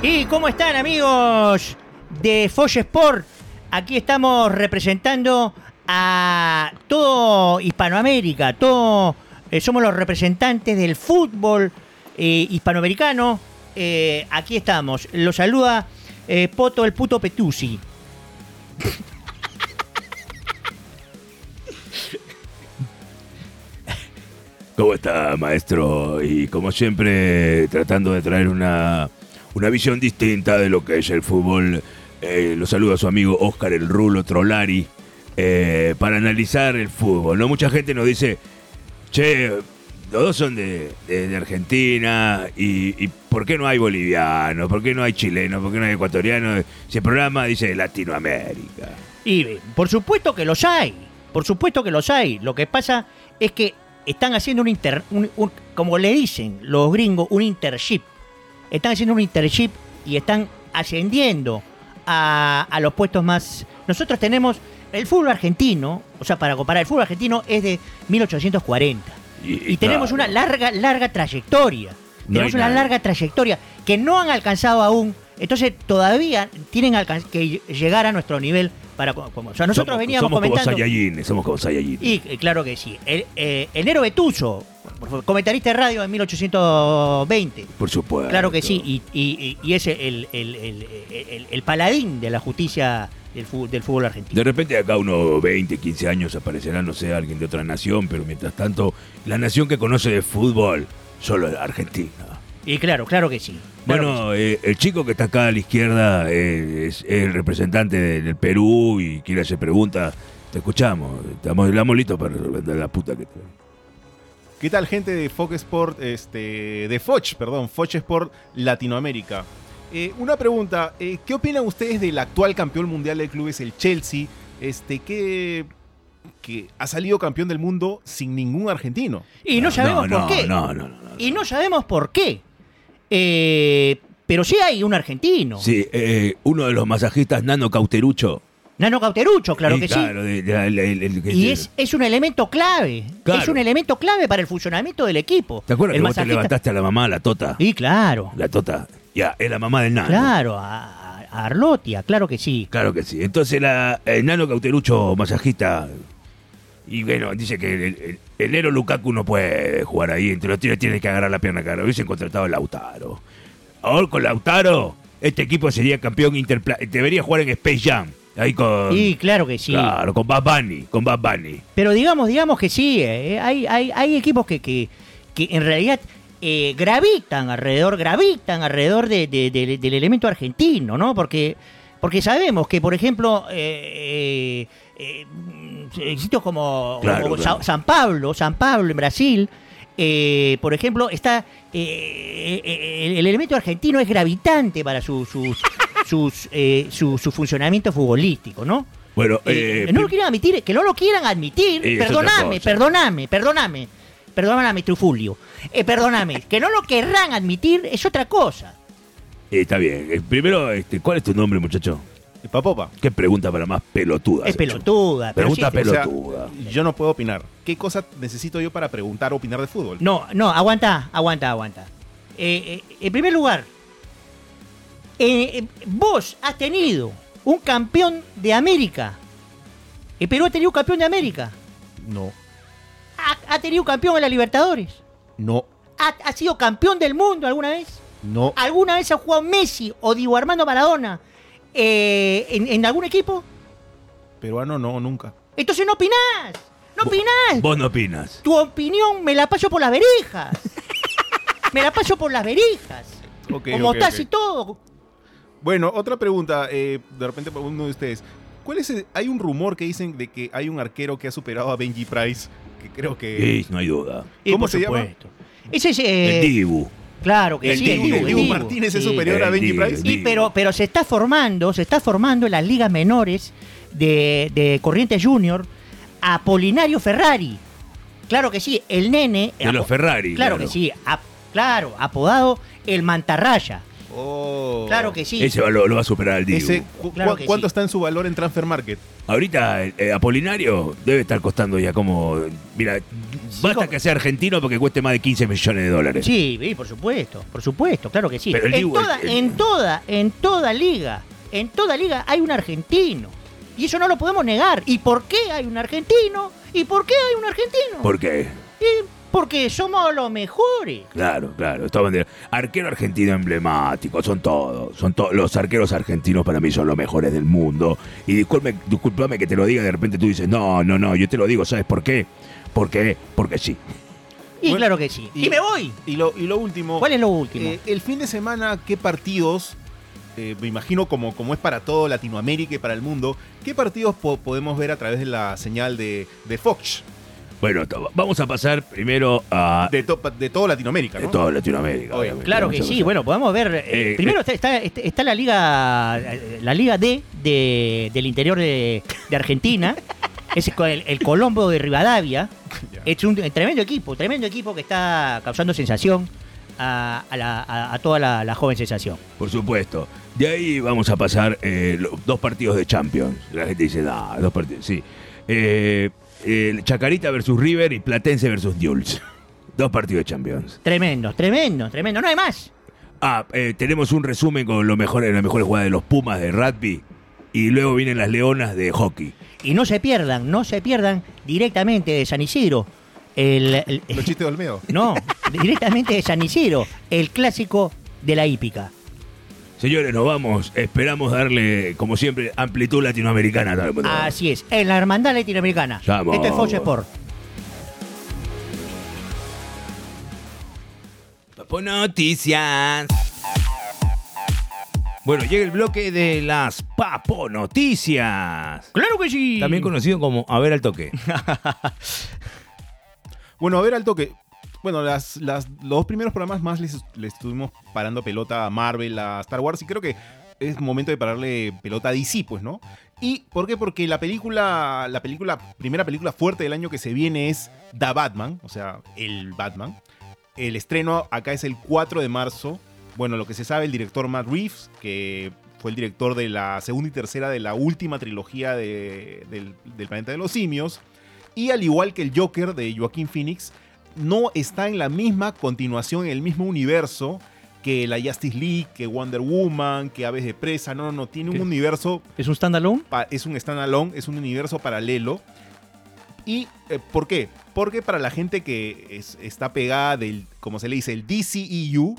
Speaker 3: ¿Y cómo están amigos de Foch Sport? Aquí estamos representando a todo Hispanoamérica, todo, eh, somos los representantes del fútbol eh, hispanoamericano. Eh, aquí estamos. Los saluda eh, Poto el puto Petusi.
Speaker 2: ¿Cómo está, maestro? Y como siempre, tratando de traer una, una visión distinta de lo que es el fútbol, eh, lo saluda su amigo Oscar el Rulo Trolari eh, para analizar el fútbol. ¿no? Mucha gente nos dice, che, los dos son de, de- de Argentina y, y ¿por qué no hay boliviano? ¿Por qué no hay chileno? ¿Por qué no hay ecuatoriano? Si el programa dice Latinoamérica.
Speaker 3: Y eh, por supuesto que los hay, por supuesto que los hay. Lo que pasa es que están haciendo un inter, un- un- como le dicen los gringos, un internship. Están haciendo un internship y están ascendiendo a, a los puestos más. Nosotros tenemos el fútbol argentino, o sea, para comparar, el fútbol argentino es de 1840 y tenemos una larga, larga trayectoria.
Speaker 2: No
Speaker 3: tenemos
Speaker 2: hay
Speaker 3: una
Speaker 2: nadie.
Speaker 3: larga trayectoria que no han alcanzado aún. Entonces todavía tienen alcan- que llegar a nuestro nivel para co- como- o sea, nosotros
Speaker 2: Somos-
Speaker 3: veníamos
Speaker 2: somos
Speaker 3: comentando.
Speaker 2: como Saiyajines, somos como Saiyajines.
Speaker 3: Y eh, claro que sí. El, eh, Enero Betuso, por favor, comentarista de radio en 1820.
Speaker 2: Por supuesto.
Speaker 3: Claro que sí, y, y- y- y es el, el- el- el- el paladín de la justicia del fútbol, del fútbol argentino.
Speaker 2: De repente acá unos 20, 15 años aparecerá, no sé, alguien de otra nación, pero mientras tanto, la nación que conoce de fútbol solo es Argentina.
Speaker 3: Y claro, claro que sí. pues,
Speaker 2: Bueno, eh, el chico que está acá a la izquierda eh, es el representante del Perú y quiere hacer preguntas. Te escuchamos, estamos, estamos listos para resolver la puta que te...
Speaker 11: ¿Qué tal gente de Fox Sport, este, de Foch, perdón, Foch Sport Latinoamérica? Eh, una pregunta, eh, ¿qué opinan ustedes del actual campeón mundial de clubes, el Chelsea, este, que, que ha salido campeón del mundo sin ningún argentino?
Speaker 3: Y no, sabemos por qué. y no sabemos por qué. Eh, pero sí hay un argentino.
Speaker 2: Sí, eh, uno de los masajistas, Nano Cauterucho.
Speaker 3: Nano Cauterucho, claro
Speaker 2: Y
Speaker 3: que
Speaker 2: claro, de- de- el- el- el-
Speaker 3: sí. Y es, es un elemento clave.
Speaker 2: Claro.
Speaker 3: Es un elemento clave para el funcionamiento del equipo.
Speaker 2: ¿Te acuerdas
Speaker 3: el
Speaker 2: que vos te
Speaker 3: masajista-
Speaker 2: levantaste a la mamá, la Tota?
Speaker 3: Sí, claro.
Speaker 2: La Tota. Ya, es la mamá del Nano.
Speaker 3: Claro, a, a Arlotia, claro que sí.
Speaker 2: Claro que sí. Entonces, la, el Nano Cauterucho, masajista. Y bueno, dice que el, el, el Ero Lukaku no puede jugar ahí. Entre los tiros tiene que agarrar la pierna cara. Hubiesen contratado a Lautaro. Ahora con Lautaro, este equipo sería campeón interpla Debería jugar en Space Jam. Ahí con.
Speaker 3: Y claro que sí.
Speaker 2: Claro, con Bad Bunny. Con Bad Bunny.
Speaker 3: Pero digamos, digamos que sí, eh, hay, hay, hay equipos que, que, que en realidad eh, gravitan alrededor, gravitan alrededor de- de- de- del elemento argentino, ¿no? Porque, porque sabemos que, por ejemplo, eh, eh, eh, sitios como,
Speaker 2: Claro,
Speaker 3: como
Speaker 2: claro.
Speaker 3: Sa- San Pablo, San Pablo en Brasil, eh, por ejemplo, está eh, eh, el, el elemento argentino es gravitante para su, sus- sus, eh, su- su funcionamiento futbolístico, ¿no?
Speaker 2: Bueno,
Speaker 3: Eh,
Speaker 2: eh,
Speaker 3: no lo quieran admitir, que no lo quieran admitir.
Speaker 2: Eh, es
Speaker 3: perdóname,
Speaker 2: otra cosa.
Speaker 3: perdóname, perdóname. Perdóname, Trufulio. Eh, perdóname. que no lo querrán admitir es otra cosa.
Speaker 2: eh, está bien. Eh, primero, este, ¿cuál es tu nombre, muchacho?
Speaker 11: Papopa.
Speaker 2: Qué pregunta para más pelotuda.
Speaker 3: Es
Speaker 2: Secho.
Speaker 3: pelotuda. pero
Speaker 2: Pregunta
Speaker 3: sí es-
Speaker 2: pelotuda.
Speaker 11: yo no puedo opinar. ¿Qué cosa necesito yo para preguntar o opinar de fútbol?
Speaker 3: No, no, aguanta, aguanta, aguanta. Eh, eh, en primer lugar, eh, eh, vos has tenido un campeón de América. El Perú ha tenido un campeón de América.
Speaker 11: No,
Speaker 3: Ha, ha tenido un campeón en la Libertadores.
Speaker 11: no,
Speaker 3: Ha, ha sido campeón del mundo alguna vez.
Speaker 11: no.
Speaker 3: ¿Alguna vez ha jugado Messi o Diego Armando Maradona eh, en, en algún equipo?
Speaker 11: Peruano no, nunca.
Speaker 3: Entonces no opinás. No
Speaker 6: Eh.
Speaker 3: opinás.
Speaker 2: Vos no opinas.
Speaker 3: Tu opinión me la paso por las verijas. me la paso por las verijas.
Speaker 11: Ok,
Speaker 3: como
Speaker 11: ok,
Speaker 3: estás
Speaker 11: ok.
Speaker 3: y todo.
Speaker 11: Bueno, otra pregunta, eh, de repente para uno de ustedes. ¿Cuál es el- hay un rumor que dicen de que hay un arquero que ha superado a Benji Price, que creo que...
Speaker 6: Eh.
Speaker 2: Sí, no hay duda.
Speaker 3: Y
Speaker 11: ¿Cómo
Speaker 3: por
Speaker 11: se llama?
Speaker 3: supuesto. Ese es. eh,
Speaker 2: el Dibu.
Speaker 3: Claro que
Speaker 2: El
Speaker 3: sí.
Speaker 2: Dibu, el Dibu
Speaker 11: Martínez es superior a
Speaker 2: El
Speaker 11: Benji
Speaker 2: Dibu,
Speaker 11: Price.
Speaker 2: el
Speaker 3: Y, pero, pero se está formando, se está formando en las ligas menores de, de Corrientes Junior a Polinario Ferrari. Claro que sí, el nene.
Speaker 2: De los
Speaker 3: apo-
Speaker 2: Ferrari,
Speaker 3: eh, Claro,
Speaker 2: claro.
Speaker 3: que sí, ap- claro, apodado el Mantarraya.
Speaker 11: Oh.
Speaker 3: Claro que sí.
Speaker 2: Ese va- lo, lo va a superar al Dibu.
Speaker 11: Ese, cu-
Speaker 3: Claro
Speaker 11: cua-
Speaker 3: que
Speaker 11: ¿Cuánto
Speaker 3: sí.
Speaker 11: está en su valor en Transfer Market?
Speaker 2: Ahorita eh, Apolinario debe estar costando ya como... Mira, basta que sea argentino porque cueste más de 15 millones de dólares.
Speaker 3: Sí, sí, por supuesto, por supuesto, claro que sí.
Speaker 2: Pero el
Speaker 3: en,
Speaker 2: Dibu,
Speaker 3: toda,
Speaker 2: el- el-
Speaker 3: en toda, en toda liga, en toda liga hay un argentino. Y eso no lo podemos negar. ¿Y por qué hay un argentino? ¿Y por qué hay un argentino?
Speaker 2: ¿Por qué?
Speaker 3: Y porque somos los mejores.
Speaker 2: Claro, claro. esta bandera. Arquero argentino emblemático, son todos. Son todos. Los arqueros argentinos para mí son los mejores del mundo. Y discúlpame, discúlpame que te lo diga, de repente tú dices, no, no, no, yo te lo digo, ¿sabes por qué? Porque, porque sí.
Speaker 3: Y
Speaker 11: Bueno,
Speaker 3: claro que sí. Y, me voy.
Speaker 11: Y lo, y lo último.
Speaker 3: ¿Cuál es lo último?
Speaker 11: eh, el fin de semana, ¿qué partidos? eh, me imagino como, como es para todo Latinoamérica y para el mundo, ¿qué partidos po- podemos ver a través de la señal de, de Fox?
Speaker 2: Bueno, to- vamos a pasar primero a.
Speaker 11: De, to- de toda Latinoamérica,
Speaker 2: De toda Latinoamérica. obviamente.
Speaker 3: Claro
Speaker 2: Vamos
Speaker 3: que
Speaker 2: a
Speaker 3: sí,
Speaker 2: pasar.
Speaker 3: bueno, podemos ver. eh,
Speaker 2: Eh,
Speaker 3: primero
Speaker 2: eh.
Speaker 3: está, está, está la liga eh, la liga D de- del interior de, de Argentina. Es el, el Colombo de Rivadavia. Es un tremendo equipo, tremendo equipo que está causando sensación a, a la- a- a toda la, la joven sensación.
Speaker 2: Por supuesto. De ahí vamos a pasar eh, lo- dos partidos de Champions. La gente dice, ah, dos partidos, sí. Eh, eh, Chacarita versus River y Platense versus Newell's. Dos partidos de Champions.
Speaker 3: Tremendo, tremendo, tremendo. No hay más.
Speaker 2: Ah, eh, tenemos un resumen con lo mejor, las mejores jugadas de los Pumas de rugby. Y luego vienen las Leonas de hockey.
Speaker 3: Y no se pierdan, no se pierdan directamente de San Isidro. El, ¿Los
Speaker 11: chistes de Olmedo?
Speaker 3: No, directamente de San Isidro, el clásico de la hípica.
Speaker 2: Señores, nos vamos. Esperamos darle, como siempre, amplitud latinoamericana. a todo el mundo.
Speaker 3: Así es, en la hermandad latinoamericana.
Speaker 2: Vamos.
Speaker 3: Esto es Fox Sport.
Speaker 2: Papo Noticias. Bueno, llega el bloque de las Papo Noticias.
Speaker 3: ¡Claro que sí!
Speaker 2: También conocido como A ver al toque.
Speaker 11: Bueno, a ver al toque. Bueno, las, las- los dos primeros programas más les, les estuvimos parando pelota a Marvel, a Star Wars, y creo que es momento de pararle pelota a DC, pues, ¿no? ¿Y por qué? Porque la película, la película, primera película fuerte del año que se viene es The Batman, o sea, el Batman. El estreno acá es el 4 de marzo. Bueno, lo que se sabe, el director Matt Reeves, que fue el director de la segunda y tercera de la última trilogía de- del, del Planeta de los Simios. Y al igual que el Joker de Joaquín Phoenix, no está en la misma continuación, en el mismo universo que la Justice League, que Wonder Woman, que Aves de Presa. No, no, no. Tiene un
Speaker 3: ¿Qué?
Speaker 11: universo.
Speaker 3: ¿Es un standalone?
Speaker 11: Es un standalone, es un universo paralelo. ¿Y eh, por qué? Porque para la gente que es- está pegada del, como se le dice, el DCEU,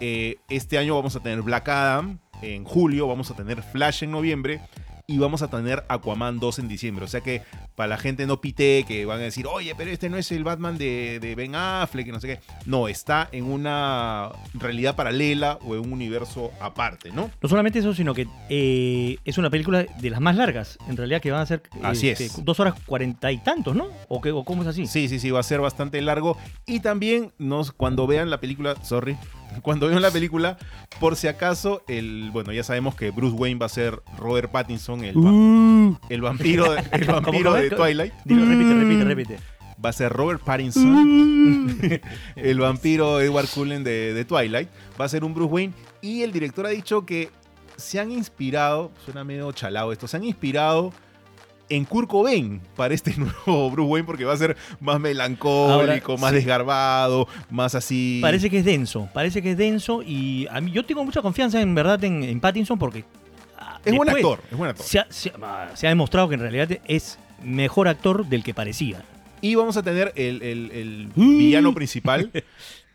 Speaker 11: eh, este año vamos a tener Black Adam en julio, vamos a tener Flash en noviembre y vamos a tener Aquaman 2 en diciembre. O sea que para la gente no pite que van a decir, oye, pero este no es el Batman de, de Ben Affleck, que no sé qué. No, está en una realidad paralela o en un universo aparte, ¿no?
Speaker 3: No solamente eso, sino que eh, es una película de las más largas, en realidad que van a ser eh,
Speaker 11: Así es.
Speaker 3: este, dos horas cuarenta y tantos, ¿no? ¿O, qué, ¿O cómo es así?
Speaker 11: Sí, sí, sí, va a ser bastante largo. Y también, nos, cuando vean la película, sorry, cuando vean la película, por si acaso, el, bueno, ya sabemos que Bruce Wayne va a ser Robert Pattinson, el, va- el vampiro, de- el
Speaker 3: Uh. ¿Cómo,
Speaker 11: vampiro
Speaker 3: cómo
Speaker 11: de
Speaker 3: es? Uh.
Speaker 11: Twilight.
Speaker 3: Dilo, repite, repite, repite.
Speaker 11: Va a ser Robert Pattinson, el vampiro Edward Cullen de, de Twilight. Va a ser un Bruce Wayne. Y el director ha dicho que se han inspirado, suena medio chalado esto, se han inspirado en Kurt Cobain para este nuevo Bruce Wayne porque va a ser más melancólico,
Speaker 3: Ahora,
Speaker 11: más
Speaker 3: sí.
Speaker 11: desgarbado, más así.
Speaker 3: Parece que es denso, parece que es denso y a mí yo tengo mucha confianza en verdad en, en Pattinson porque ah,
Speaker 11: Es buen
Speaker 3: después
Speaker 11: actor, es buen actor.
Speaker 3: Se ha, se- ah, se ha demostrado que en realidad es mejor actor del que parecía.
Speaker 11: Y vamos a tener el, el- el villano principal,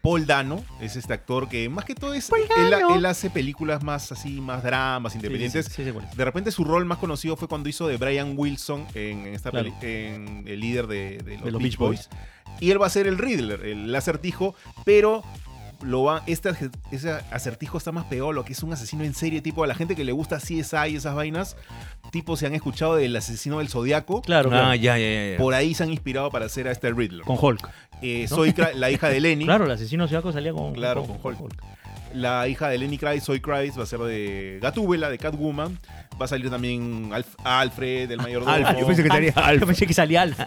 Speaker 11: Paul Dano, es este actor que más que todo es... Él,
Speaker 3: Dano.
Speaker 11: él hace películas más así, más dramas, independientes.
Speaker 3: sí, sí, sí, sé cuál es.
Speaker 11: De repente su rol más conocido fue cuando hizo de Brian Wilson en, esta
Speaker 3: Claro.
Speaker 11: peli- en el líder de, de los, Beach Boys. Y él va a ser el Riddler, el acertijo, pero lo va, este, aje- ese acertijo está más pegado a lo que es un asesino en serie, tipo a la gente que le gusta CSI y esas vainas, tipo se han escuchado del asesino del Zodiaco.
Speaker 3: Claro, claro.
Speaker 2: Ah, ya, ya, ya, ya.
Speaker 11: Por ahí se han inspirado para hacer a este Riddler.
Speaker 3: Con Hulk.
Speaker 11: Eh,
Speaker 3: ¿no?
Speaker 11: soy Cra- la hija de Lenny.
Speaker 3: Claro, el asesino zodiaco salía con
Speaker 11: Claro, con Hulk. La hija de Lenny Kravitz, Soy Kravitz, va a ser de Gatúbela, de Catwoman. Va a salir también Alf- Alfred, el mayordomo.
Speaker 2: Alfred, yo pensé que salía Alf. Yo pensé
Speaker 3: que salía Alfa.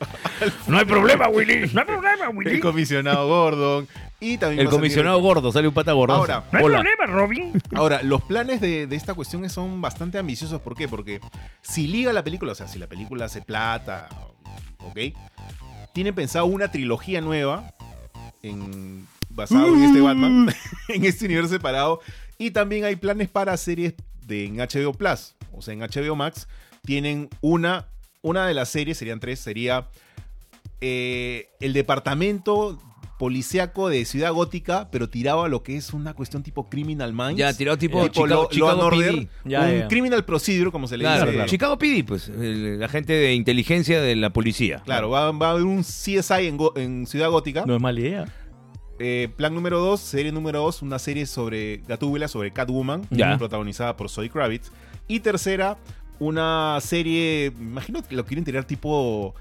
Speaker 2: No hay problema, Willy. No hay problema,
Speaker 11: El comisionado Gordon. Y también
Speaker 2: El
Speaker 11: va a salir-
Speaker 2: comisionado gordo, sale un pata gordo.
Speaker 11: Ahora,
Speaker 2: hola.
Speaker 3: Robin.
Speaker 11: Ahora, los planes de, de esta cuestión son bastante ambiciosos. ¿Por qué? Porque si liga la película, o sea, si la película hace plata, ¿ok? Tienen pensado una trilogía nueva en, basado en este Batman, en este universo separado. Y también hay planes para series de, en HBO Plus, o sea, en HBO Max. Tienen una, una de las series, serían tres, sería eh, el departamento policiaco de Ciudad Gótica, pero tirado a lo que es una cuestión tipo Criminal Minds.
Speaker 2: Ya, tirado tipo Eh,
Speaker 3: eh,
Speaker 2: Chicago-
Speaker 11: Law- Law
Speaker 2: Chicago
Speaker 11: and Order,
Speaker 2: PD. Ya,
Speaker 11: un
Speaker 2: ya.
Speaker 11: Criminal Procedure, como se le
Speaker 2: Claro,
Speaker 11: dice.
Speaker 2: claro. Chicago PD, pues, el- la gente de inteligencia de la policía.
Speaker 11: Claro, va, va a haber un CSI en, Go- en Ciudad Gótica.
Speaker 3: No es mala idea.
Speaker 11: Eh, plan número 2, serie número 2, una serie sobre Gatúbela, sobre Catwoman,
Speaker 2: Ya.
Speaker 11: protagonizada por Zoe Kravitz. Y tercera, una serie, me imagino que lo quieren tirar tipo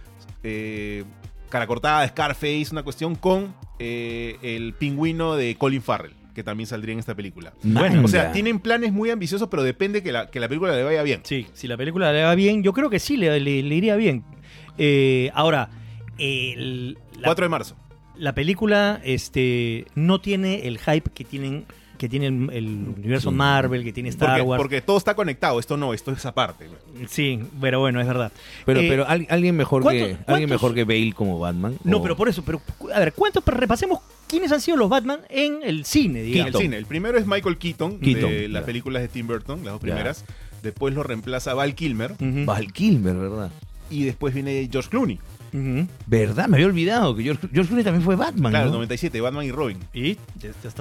Speaker 11: eh, cara cortada, Scarface, una cuestión con eh, el pingüino de Colin Farrell, que también saldría en esta película.
Speaker 3: Bueno.
Speaker 11: o sea, tienen planes muy ambiciosos, pero depende que la, que la película le vaya bien.
Speaker 3: Sí, si la película le va bien, yo creo que sí, le, le- le iría bien. Eh, ahora,
Speaker 11: 4 de marzo.
Speaker 3: La película este, no tiene el hype que tienen que tiene el, el universo
Speaker 11: Sí.
Speaker 3: Marvel, que tiene Star
Speaker 11: Porque,
Speaker 3: Wars.
Speaker 11: porque todo está conectado, esto no, esto es aparte.
Speaker 3: Sí, pero bueno, es verdad.
Speaker 2: Pero,
Speaker 3: Eh,
Speaker 2: pero oh. al- alguien mejor
Speaker 3: ¿cuántos-
Speaker 2: que
Speaker 3: cuántos-
Speaker 2: alguien mejor que Bale como Batman.
Speaker 3: No,
Speaker 2: o-
Speaker 3: pero por eso, pero a ver, ¿cuántos pero repasemos quiénes han sido los Batman en el cine,
Speaker 11: En
Speaker 3: digamos?
Speaker 11: el cine. El primero es Michael Keaton, de
Speaker 2: Keaton,
Speaker 11: las
Speaker 2: ya.
Speaker 11: películas de Tim Burton, las dos primeras. Después lo reemplaza Val Kilmer.
Speaker 2: Val Kilmer, ¿verdad?
Speaker 11: Y después viene George Clooney.
Speaker 2: ¿Verdad? Me había olvidado que George, George Clooney también fue Batman.
Speaker 11: claro,
Speaker 2: ¿no?
Speaker 11: 97, Batman y Robin.
Speaker 3: Y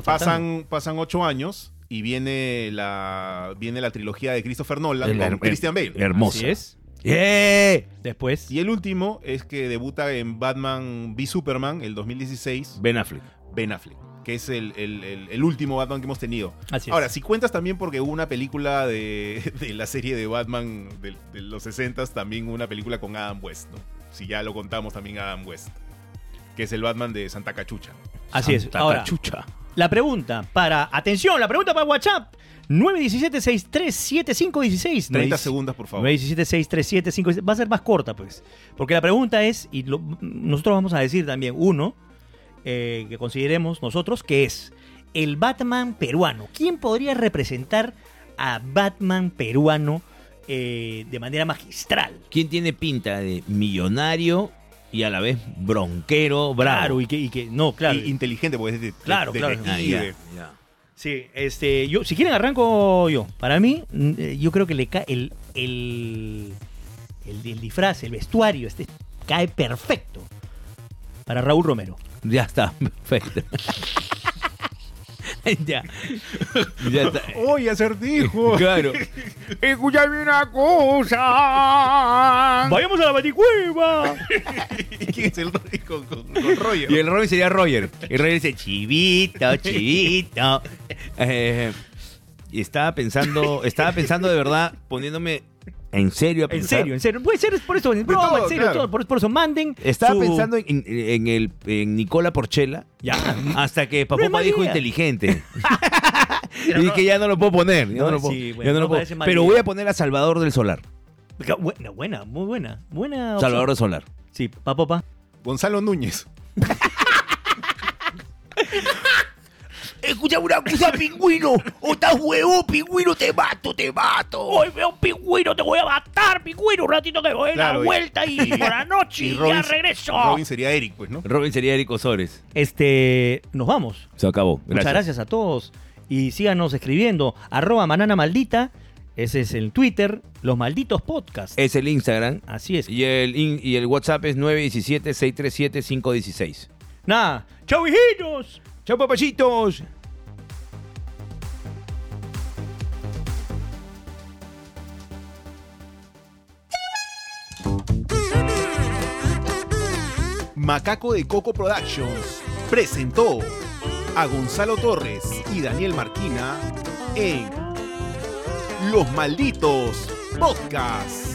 Speaker 11: pasan, pasan ocho años y viene la, viene la trilogía de Christopher Nolan
Speaker 2: El-
Speaker 11: con
Speaker 2: el-
Speaker 11: Christian Bale.
Speaker 2: hermosa. Así
Speaker 3: es.
Speaker 2: ¡Eh!
Speaker 3: Después.
Speaker 11: Y el último es que debuta en Batman v Superman el 2016.
Speaker 2: Ben Affleck.
Speaker 11: Ben Affleck, que es el, el- el- el último Batman que hemos tenido.
Speaker 2: Así es.
Speaker 11: Ahora, si cuentas también porque hubo una película de, de la serie de Batman de, de los 60s, también una película con Adam West, ¿no? Si ya lo contamos también Adam West, que es el Batman de Santa Cachucha.
Speaker 3: Así es. Ahora, La pregunta para. Atención, la pregunta para WhatsApp. 917-637-516.
Speaker 11: 30 segundos, por favor.
Speaker 3: 917-637-516. Va a ser más corta, pues. Porque la pregunta es, y lo- nosotros vamos a decir también uno, eh, que consideremos nosotros, que es el Batman peruano. ¿Quién podría representar a Batman peruano eh, de manera magistral?
Speaker 2: ¿Quién tiene pinta de millonario y a la vez bronquero, bravo?
Speaker 3: Claro, y que, y que- no, claro.
Speaker 11: Y inteligente, porque es de,
Speaker 3: Claro, claro.
Speaker 2: detective.
Speaker 6: Ah,
Speaker 3: Sí, este, yo, si quieren arranco yo. Para mí, mm, eh, yo creo que le cae el, el, el, el disfraz, el vestuario, este cae perfecto para Raúl Romero.
Speaker 2: Ya está, perfecto. ya. Ya está.
Speaker 11: ¡Oye, acertijo!
Speaker 2: Claro.
Speaker 6: Escúchame una
Speaker 2: Ah.
Speaker 6: cosa.
Speaker 3: Vayamos a la baticueva.
Speaker 11: ¿Quién es el Roy con, con- con Roger?
Speaker 2: Y el Roger sería Roger. Y Roger dice, chivito, chivito. Eh, y estaba pensando, estaba pensando de verdad, poniéndome en serio a
Speaker 3: En
Speaker 2: pensar.
Speaker 3: serio, en serio. Puede ser es por eso, en broma,
Speaker 2: todo,
Speaker 3: en serio,
Speaker 2: claro.
Speaker 3: todo, por, por eso manden.
Speaker 2: Estaba
Speaker 3: su-
Speaker 2: pensando en, en- en el, en Nicola Porchela.
Speaker 3: Ya.
Speaker 2: Hasta que Papopa
Speaker 3: María.
Speaker 2: dijo inteligente. y que ya no lo puedo poner. Ya
Speaker 3: No,
Speaker 2: no, lo puedo,
Speaker 3: sí, bueno,
Speaker 2: ya no lo
Speaker 3: no
Speaker 2: puedo.
Speaker 3: parece mal
Speaker 2: Pero
Speaker 3: idea.
Speaker 2: voy a poner a Salvador del Solar.
Speaker 3: Buena, buena, muy buena. Buena. opción.
Speaker 2: Salvador del Solar.
Speaker 3: Sí, Papopa.
Speaker 11: Gonzalo Núñez.
Speaker 6: Escucha una cosa, pingüino.
Speaker 3: ¡Oh,
Speaker 6: O estás huevo, pingüino, te mato, te mato. Hoy veo pingüino, te voy a matar, pingüino. Un ratito que voy a dar
Speaker 2: Claro, y-
Speaker 6: vuelta y,
Speaker 2: y-
Speaker 6: por la noche
Speaker 2: y
Speaker 6: y ya
Speaker 2: Robin-
Speaker 6: regreso.
Speaker 11: sería Eric, pues, ¿no?
Speaker 2: Robin sería Eric Osores.
Speaker 3: Este, nos vamos.
Speaker 2: Se acabó.
Speaker 3: Muchas gracias a todos. Y síganos escribiendo. Arroba manana maldita. Ese es el Twitter. Los malditos
Speaker 6: Eh,
Speaker 3: podcasts.
Speaker 2: Es el Instagram.
Speaker 3: Así es.
Speaker 2: Y el, in- y el WhatsApp es 917-637-516.
Speaker 3: Nada. Chau, hijitos.
Speaker 2: Chau, papachitos.
Speaker 1: Macaco de Coco Productions presentó a Gonzalo Torres y Daniel Marquina en Los Malditos Podcasts.